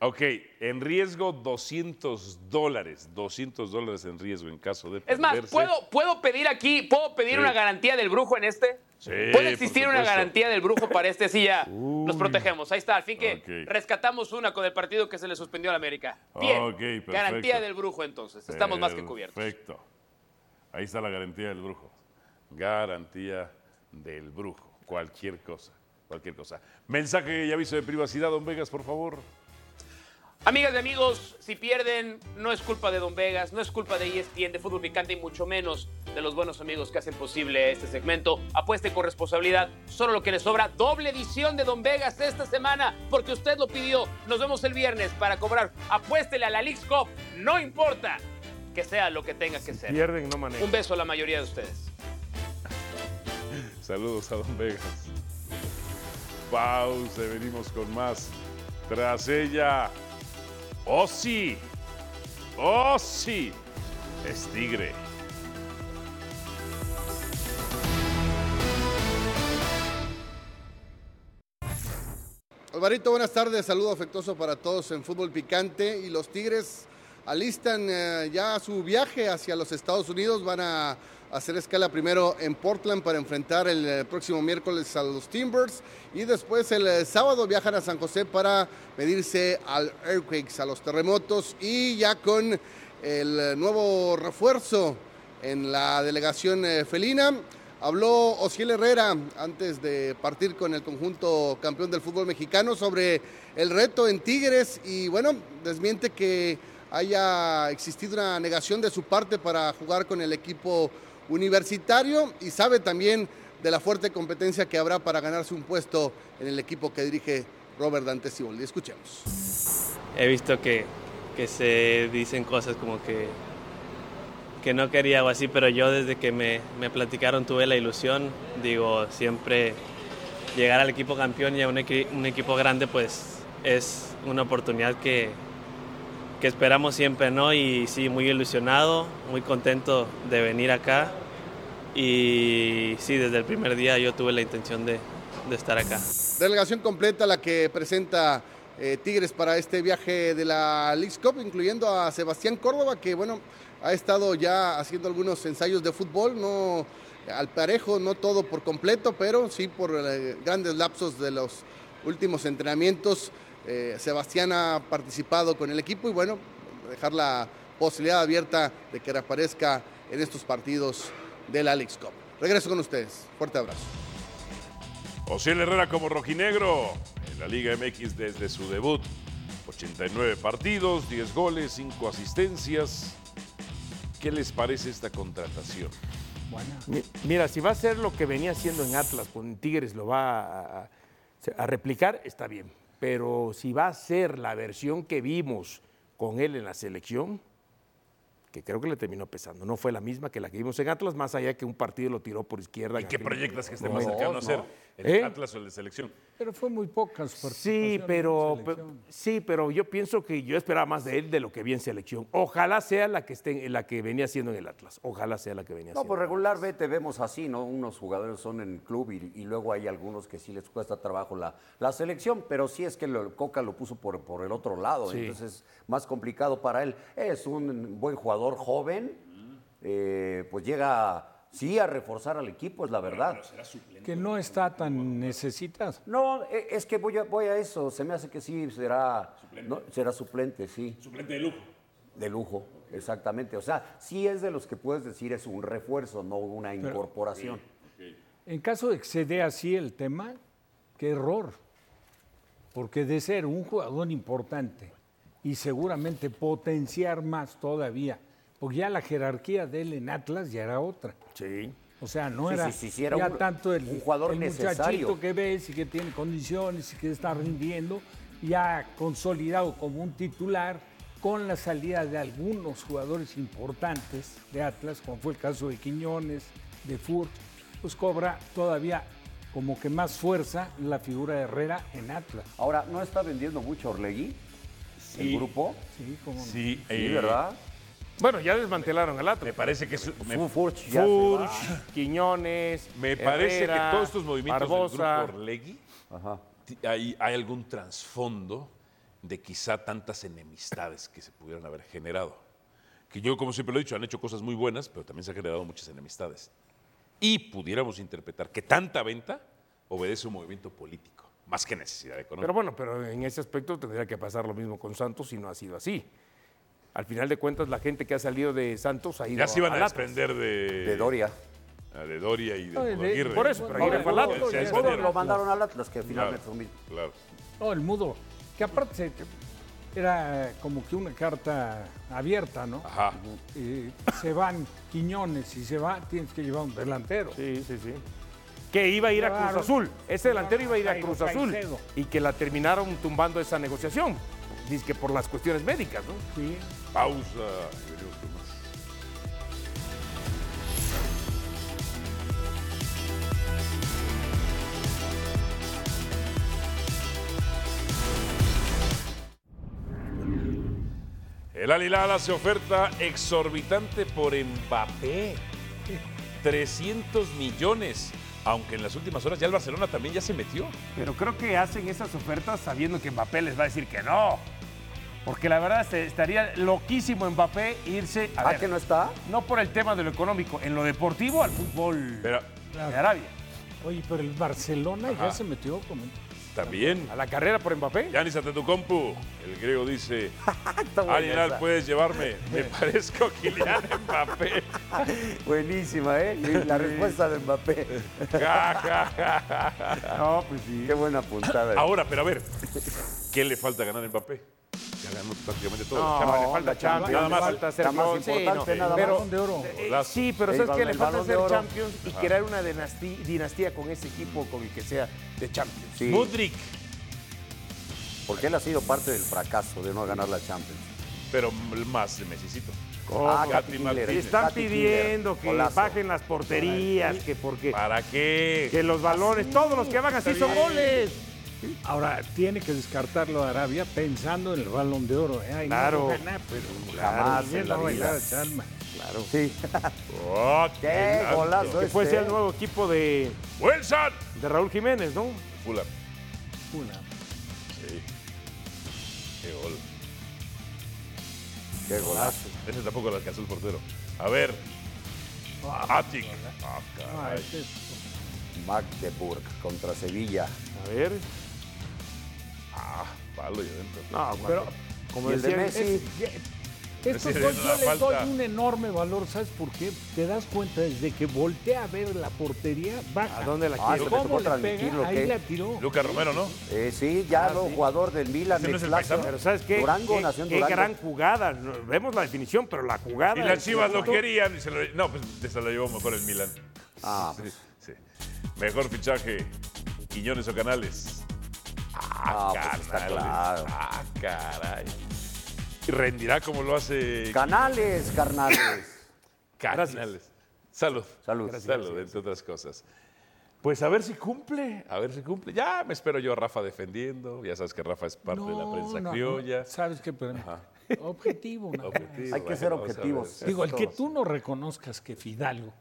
Speaker 2: ok, en riesgo 200 dólares. 200 dólares en riesgo en caso de
Speaker 9: Es más,
Speaker 2: perderse.
Speaker 9: ¿puedo, ¿puedo pedir aquí, puedo pedir
Speaker 2: Sí.
Speaker 9: una garantía del brujo en este?
Speaker 2: Sí, por
Speaker 9: ¿Puede existir una
Speaker 2: supuesto.
Speaker 9: garantía del brujo para este? Sí, ya nos protegemos. Ahí está, al fin que
Speaker 2: Ok.
Speaker 9: rescatamos una con el partido que se le suspendió a la América. Bien,
Speaker 2: Ok, perfecto.
Speaker 9: garantía del brujo entonces. Estamos más que cubiertos.
Speaker 2: Perfecto. Ahí está la garantía del brujo. Garantía del brujo. Cualquier cosa, cualquier cosa. Mensaje y aviso de privacidad, don Vegas, por favor.
Speaker 9: Amigas y amigos, si pierden, no es culpa de Don Vegas, no es culpa de E ESPN, de Fútbol Picante y mucho menos de los buenos amigos que hacen posible este segmento. Apueste con responsabilidad, solo lo que les sobra. Doble edición de Don Vegas esta semana, porque usted lo pidió. Nos vemos el viernes para cobrar. Apuéstele a la Leagues Cup, no importa que sea lo que tenga que ser.
Speaker 3: Pierden, no manejan.
Speaker 9: Un beso a la mayoría de ustedes.
Speaker 2: Saludos a Don Vegas. Pausa, venimos con más. Tras ella, Ossi. Ossi es tigre.
Speaker 7: Alvarito, buenas tardes. Saludo afectuoso para todos en Fútbol Picante. Y los Tigres alistan eh, ya su viaje hacia los Estados Unidos. Van a hacer escala primero en Portland para enfrentar el eh, próximo miércoles a los Timbers. Y después el eh, sábado viajan a San José para medirse al Earthquakes, a los terremotos. Y ya con el eh, nuevo refuerzo en la delegación eh, felina. Habló Osiel Herrera antes de partir con el conjunto campeón del fútbol mexicano sobre el reto en Tigres y bueno, desmiente que haya existido una negación de su parte para jugar con el equipo universitario y sabe también de la fuerte competencia que habrá para ganarse un puesto en el equipo que dirige Robert Dante Siboldi. Escuchemos.
Speaker 11: he visto que, que se dicen cosas como que, que no quería o así, pero yo desde que me, me platicaron tuve la ilusión, digo, siempre llegar al equipo campeón y a un, equi- un equipo grande, pues es una oportunidad que, que esperamos siempre, ¿no? Y sí, muy ilusionado, muy contento de venir acá. Y sí, desde el primer día yo tuve la intención de, de estar acá.
Speaker 7: Delegación completa la que presenta eh, Tigres para este viaje de la League Cup, incluyendo a Sebastián Córdoba, que bueno, ha estado ya haciendo algunos ensayos de fútbol, no al parejo, no todo por completo, pero sí por eh, grandes lapsos de los últimos entrenamientos. Eh, Sebastián ha participado con el equipo y bueno, dejar la posibilidad abierta de que reaparezca en estos partidos de la League Cup. Regreso con ustedes. Fuerte abrazo.
Speaker 2: Osiel Herrera como rojinegro en la Liga MX desde su debut. 89 partidos, 10 goles, 5 asistencias. ¿Qué les parece esta contratación?
Speaker 3: Mi- Mira, si va a ser lo que venía haciendo en Atlas con Tigres, lo va a, a- a replicar, está bien. pero si va a ser la versión que vimos con él en la selección, que creo que le terminó pesando, no fue la misma que la que vimos en Atlas, más allá que un partido lo tiró por izquierda.
Speaker 2: ¿Y qué
Speaker 3: Gabriel.
Speaker 2: proyectas que esté
Speaker 3: No,
Speaker 2: más cercano
Speaker 3: no.
Speaker 2: a ser? ¿El
Speaker 3: ¿Eh?
Speaker 2: de Atlas o el de selección?
Speaker 5: Pero fue muy poca su
Speaker 3: Sí,
Speaker 5: participación
Speaker 3: pero,
Speaker 5: en
Speaker 3: pe-
Speaker 5: selección.
Speaker 3: sí, pero yo pienso que yo esperaba más de él de lo que vi en selección. Ojalá sea la que esté, la que venía siendo en el Atlas. Ojalá sea la que venía
Speaker 4: No,
Speaker 3: siendo.
Speaker 4: pues regularmente vemos así, ¿no? Unos jugadores son en el club y, y luego hay algunos que sí les cuesta trabajo la, la selección, pero sí es que lo- Coca lo puso por, por el otro lado,
Speaker 3: Sí.
Speaker 4: entonces es más complicado para él. Es un buen jugador joven, eh, pues llega, sí, a reforzar al equipo, es la verdad.
Speaker 5: Que no está tan necesitada.
Speaker 4: No, e- es que voy a, voy a eso, se me hace que sí será suplente, será suplente sí.
Speaker 2: Suplente de lujo.
Speaker 4: De lujo, exactamente. O sea, sí es de los que puedes decir es un refuerzo, no una
Speaker 5: Pero-
Speaker 4: incorporación.
Speaker 5: En caso de que se dé así el tema, qué error. Porque de ser un jugador importante y seguramente potenciar más todavía, porque ya la jerarquía de él en Atlas ya era otra.
Speaker 3: Sí.
Speaker 5: O sea, no
Speaker 4: Sí,
Speaker 5: era,
Speaker 4: sí, sí, sí, era
Speaker 5: ya
Speaker 4: un-
Speaker 5: tanto el,
Speaker 4: un jugador
Speaker 5: el
Speaker 4: necesario.
Speaker 5: muchachito que ves y que tiene condiciones y que está rindiendo, ya consolidado como un titular con la salida de algunos jugadores importantes de Atlas, como fue el caso de Quiñones, de Furt, pues cobra todavía como que más fuerza la figura de Herrera en Atlas.
Speaker 4: Ahora, ¿no está vendiendo mucho Orlegui?
Speaker 2: Sí. Eh,
Speaker 4: ¿El grupo?
Speaker 5: Sí, como no.
Speaker 2: Sí,
Speaker 4: Sí, ¿verdad?
Speaker 3: Bueno, ya desmantelaron al Atlas.
Speaker 2: Me parece que... su- me-
Speaker 4: Fu- Furch ya se
Speaker 3: Furch,
Speaker 4: va.
Speaker 3: Quiñones,
Speaker 2: Me parece
Speaker 3: Herrera,
Speaker 2: que todos estos movimientos
Speaker 3: Barbosa.
Speaker 2: del grupo Orlegui, ti- hay, hay algún trasfondo de quizá tantas enemistades que se pudieran haber generado. Que yo, como siempre lo he dicho, han hecho cosas muy buenas, pero también se han generado muchas enemistades. Y pudiéramos interpretar que tanta venta obedece a un movimiento político, más que necesidad económica.
Speaker 3: Pero bueno, pero en ese aspecto tendría que pasar lo mismo con Santos y no ha sido así. Al final de cuentas, la gente que ha salido de Santos ha ido
Speaker 2: ya se iban a
Speaker 3: al Atlas.
Speaker 2: desprender de...
Speaker 4: De Doria.
Speaker 2: ah, De Doria y de,
Speaker 5: No, de-
Speaker 2: Mudo Aguirre.
Speaker 3: por eso, pero Aguirre fue al
Speaker 4: Todos-
Speaker 3: Atlas.
Speaker 2: Se
Speaker 4: todos
Speaker 2: desprendieron.
Speaker 4: lo mandaron al Atlas, que finalmente
Speaker 2: Claro.
Speaker 4: fue un mismo.
Speaker 2: Claro.
Speaker 5: No, el mudo. Que aparte se- era como que una carta abierta, ¿no?
Speaker 2: Ajá.
Speaker 5: Eh, se van Quiñones y se va, tienes que llevar un delantero.
Speaker 3: Sí, sí, sí. Que iba a ir a Cruz
Speaker 5: Llevaron-
Speaker 3: Azul. Ese delantero iba a ir a
Speaker 5: Jairo
Speaker 3: Cruz Azul.
Speaker 5: Caicedo.
Speaker 3: Y que la terminaron tumbando esa negociación. Dice que por las cuestiones médicas, ¿no?
Speaker 5: Sí.
Speaker 2: Pausa. y venimos con más. El Al Hilal hace oferta exorbitante por Mbappé. 300 millones. Aunque en las últimas horas ya el Barcelona también ya se metió.
Speaker 3: Pero creo que hacen esas ofertas sabiendo que Mbappé les va a decir que no. Porque la verdad se- estaría loquísimo Mbappé irse a
Speaker 4: ¿Ah,
Speaker 3: ver,
Speaker 4: que no está?
Speaker 3: no por el tema de lo económico, en lo deportivo al fútbol
Speaker 2: Pero
Speaker 3: de Arabia.
Speaker 5: Oye, pero el Barcelona
Speaker 2: Ajá.
Speaker 5: ya se metió como.
Speaker 2: también.
Speaker 3: A la carrera por Mbappé.
Speaker 2: Yanis Antetokounmpo, el griego dice,
Speaker 4: buena
Speaker 2: Al Hilal
Speaker 4: esa.
Speaker 2: puedes llevarme, me parezco a Kylian Mbappé.
Speaker 4: Buenísima, ¿eh? Y La respuesta de Mbappé.
Speaker 2: Ja, ja, ja, ja.
Speaker 3: No, pues sí.
Speaker 4: Qué buena puntada.
Speaker 2: Ahora, pero a ver, ¿qué le falta ganar a Mbappé? Ya ganó prácticamente todo.
Speaker 3: No,
Speaker 2: Chama,
Speaker 3: le falta Champions,
Speaker 2: nada más.
Speaker 3: le falta hacer
Speaker 4: La más
Speaker 3: gol. Sí,
Speaker 4: importante,
Speaker 3: no,
Speaker 4: nada
Speaker 3: pero-
Speaker 4: más.
Speaker 5: de oro.
Speaker 3: Eh,
Speaker 2: Golazo.
Speaker 3: sí, pero
Speaker 4: El
Speaker 3: ¿sabes qué?
Speaker 4: ba-
Speaker 3: Le
Speaker 4: el
Speaker 3: falta
Speaker 4: balón de
Speaker 3: hacer
Speaker 4: oro. Ah.
Speaker 3: Champions y crear una dinasti- dinastía con ese equipo, con el que sea de Champions.
Speaker 4: Sí,
Speaker 2: Mudrik,
Speaker 4: porque él ha sido parte del fracaso de no ganar la Champions.
Speaker 2: pero más de mesicito.
Speaker 4: Ah,
Speaker 2: Gatti
Speaker 4: Gatti
Speaker 2: Martínez.
Speaker 4: Miller,
Speaker 3: Están
Speaker 4: Gatti
Speaker 3: pidiendo
Speaker 4: Miller,
Speaker 3: que
Speaker 4: golazo. Ah.
Speaker 3: bajen las porterías, que porque
Speaker 2: ¿Para qué?
Speaker 3: que los balones, todos los que van así son goles.
Speaker 5: Ahora tiene que descartarlo de Arabia pensando en el balón de oro. ¿eh? Ay, no
Speaker 3: Claro.
Speaker 5: lo gana, pero
Speaker 4: Jamás
Speaker 5: bien
Speaker 4: en la
Speaker 5: no
Speaker 4: vida.
Speaker 5: bailaba Chalma.
Speaker 4: Claro. Sí.
Speaker 2: Oh,
Speaker 4: Qué
Speaker 2: tanto.
Speaker 4: golazo
Speaker 3: Que puede
Speaker 4: este,
Speaker 3: ser el nuevo equipo de,
Speaker 2: ¡Wilson!
Speaker 3: de Raúl Jiménez, ¿no?
Speaker 2: Fulham.
Speaker 5: Una.
Speaker 2: Sí. Qué gol.
Speaker 4: Qué golazo.
Speaker 2: Ese tampoco lo alcanzó el portero. A ver. Atik. Ah,
Speaker 5: Ah,
Speaker 2: caray.
Speaker 5: este es-
Speaker 4: Magdeburg contra Sevilla.
Speaker 3: A ver.
Speaker 2: Ah, palo y adentro.
Speaker 3: No, pero, como
Speaker 4: Y el de
Speaker 3: decía,
Speaker 4: Messi.
Speaker 5: Estos
Speaker 2: Ese
Speaker 5: dos
Speaker 2: es
Speaker 5: yo
Speaker 2: la
Speaker 5: les
Speaker 2: falta.
Speaker 5: doy un enorme valor, ¿sabes por qué? Te das cuenta desde que voltea a ver la portería, baja.
Speaker 3: ¿a dónde la
Speaker 4: Ah,
Speaker 3: quiere?
Speaker 4: se me
Speaker 5: ¿Cómo
Speaker 4: tocó
Speaker 5: le
Speaker 4: transmitirlo,
Speaker 5: pega? Ahí
Speaker 4: ¿qué?
Speaker 5: la tiró.
Speaker 2: Luca Romero, ¿no?
Speaker 4: Eh, sí, ya lo jugador del Milan.
Speaker 2: ¿Ese no es el
Speaker 4: ex-Lazio.
Speaker 2: paisano?
Speaker 3: Pero ¿sabes qué?
Speaker 4: Durango,
Speaker 3: qué,
Speaker 4: Nación
Speaker 3: qué
Speaker 4: Durango.
Speaker 3: gran jugada. No, Vemos la definición, pero la jugada.
Speaker 2: Y
Speaker 3: del
Speaker 2: las chivas lo
Speaker 3: segundo.
Speaker 2: querían y se lo. No, pues te se lo llevó mejor el Milan.
Speaker 4: Ah,
Speaker 2: Sí, sí. Mejor fichaje, Quiñones o Canales. Ah, carnal. Ah, caray. Y rendirá como lo hace.
Speaker 4: Canales, carnales.
Speaker 2: Canales. Salud. Salud. Salud, entre otras cosas. Pues a ver si cumple, a ver si cumple. Ya me espero yo a Rafa defendiendo. Ya sabes que Rafa es parte de la prensa
Speaker 5: no,
Speaker 2: criolla.
Speaker 5: ¿Sabes qué? Pero- Objetivo, nada más.
Speaker 2: Objetivo, Hay que bueno, ser vamos a objetivos. ver.
Speaker 5: Digo, el que
Speaker 2: Todos.
Speaker 5: tú no reconozcas que Fidalgo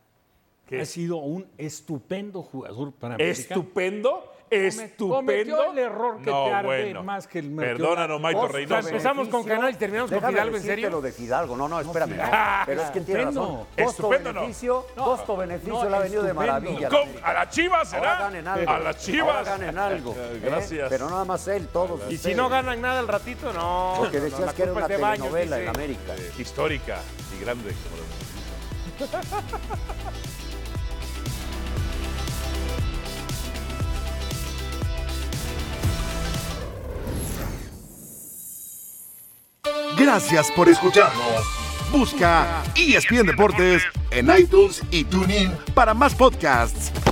Speaker 5: ha sido un estupendo jugador para
Speaker 2: ¿Estupendo? ¿Estupendo?
Speaker 5: Cometió el error que
Speaker 2: No,
Speaker 5: te arde
Speaker 2: bueno.
Speaker 5: más que el
Speaker 2: Perdónanos, Michael Reynoso.
Speaker 5: empezamos con Canal y terminamos con
Speaker 4: Déjame
Speaker 5: Fidalgo, ¿en
Speaker 4: decirte
Speaker 5: serio?
Speaker 4: lo de Fidalgo. No, no, espérame. no. Pero es que tiene razón.
Speaker 2: Estupendo, no.
Speaker 4: Costo-beneficio,
Speaker 2: No.
Speaker 4: costo-beneficio,
Speaker 2: No,
Speaker 4: le ha venido de
Speaker 2: estupendo.
Speaker 4: maravilla.
Speaker 2: ¿Cómo? ¿A las chivas será?
Speaker 4: Ahora ganen algo.
Speaker 2: A las chivas.
Speaker 4: Ahora ganen algo.
Speaker 2: Eh,
Speaker 4: ¿eh?
Speaker 2: gracias.
Speaker 4: Pero no nada más él, todos
Speaker 3: Y si
Speaker 4: ustedes.
Speaker 3: no ganan nada al ratito, no.
Speaker 4: Porque
Speaker 3: no, no,
Speaker 4: decías
Speaker 3: la
Speaker 4: que era
Speaker 3: culpa
Speaker 4: una
Speaker 3: es de Baños,
Speaker 4: telenovela
Speaker 3: dice.
Speaker 4: en América.
Speaker 2: Eh, Histórica y grande. como lo hemos dicho.
Speaker 1: Gracias por escucharnos. E Busca ESPN Deportes en iTunes y TuneIn para más podcasts.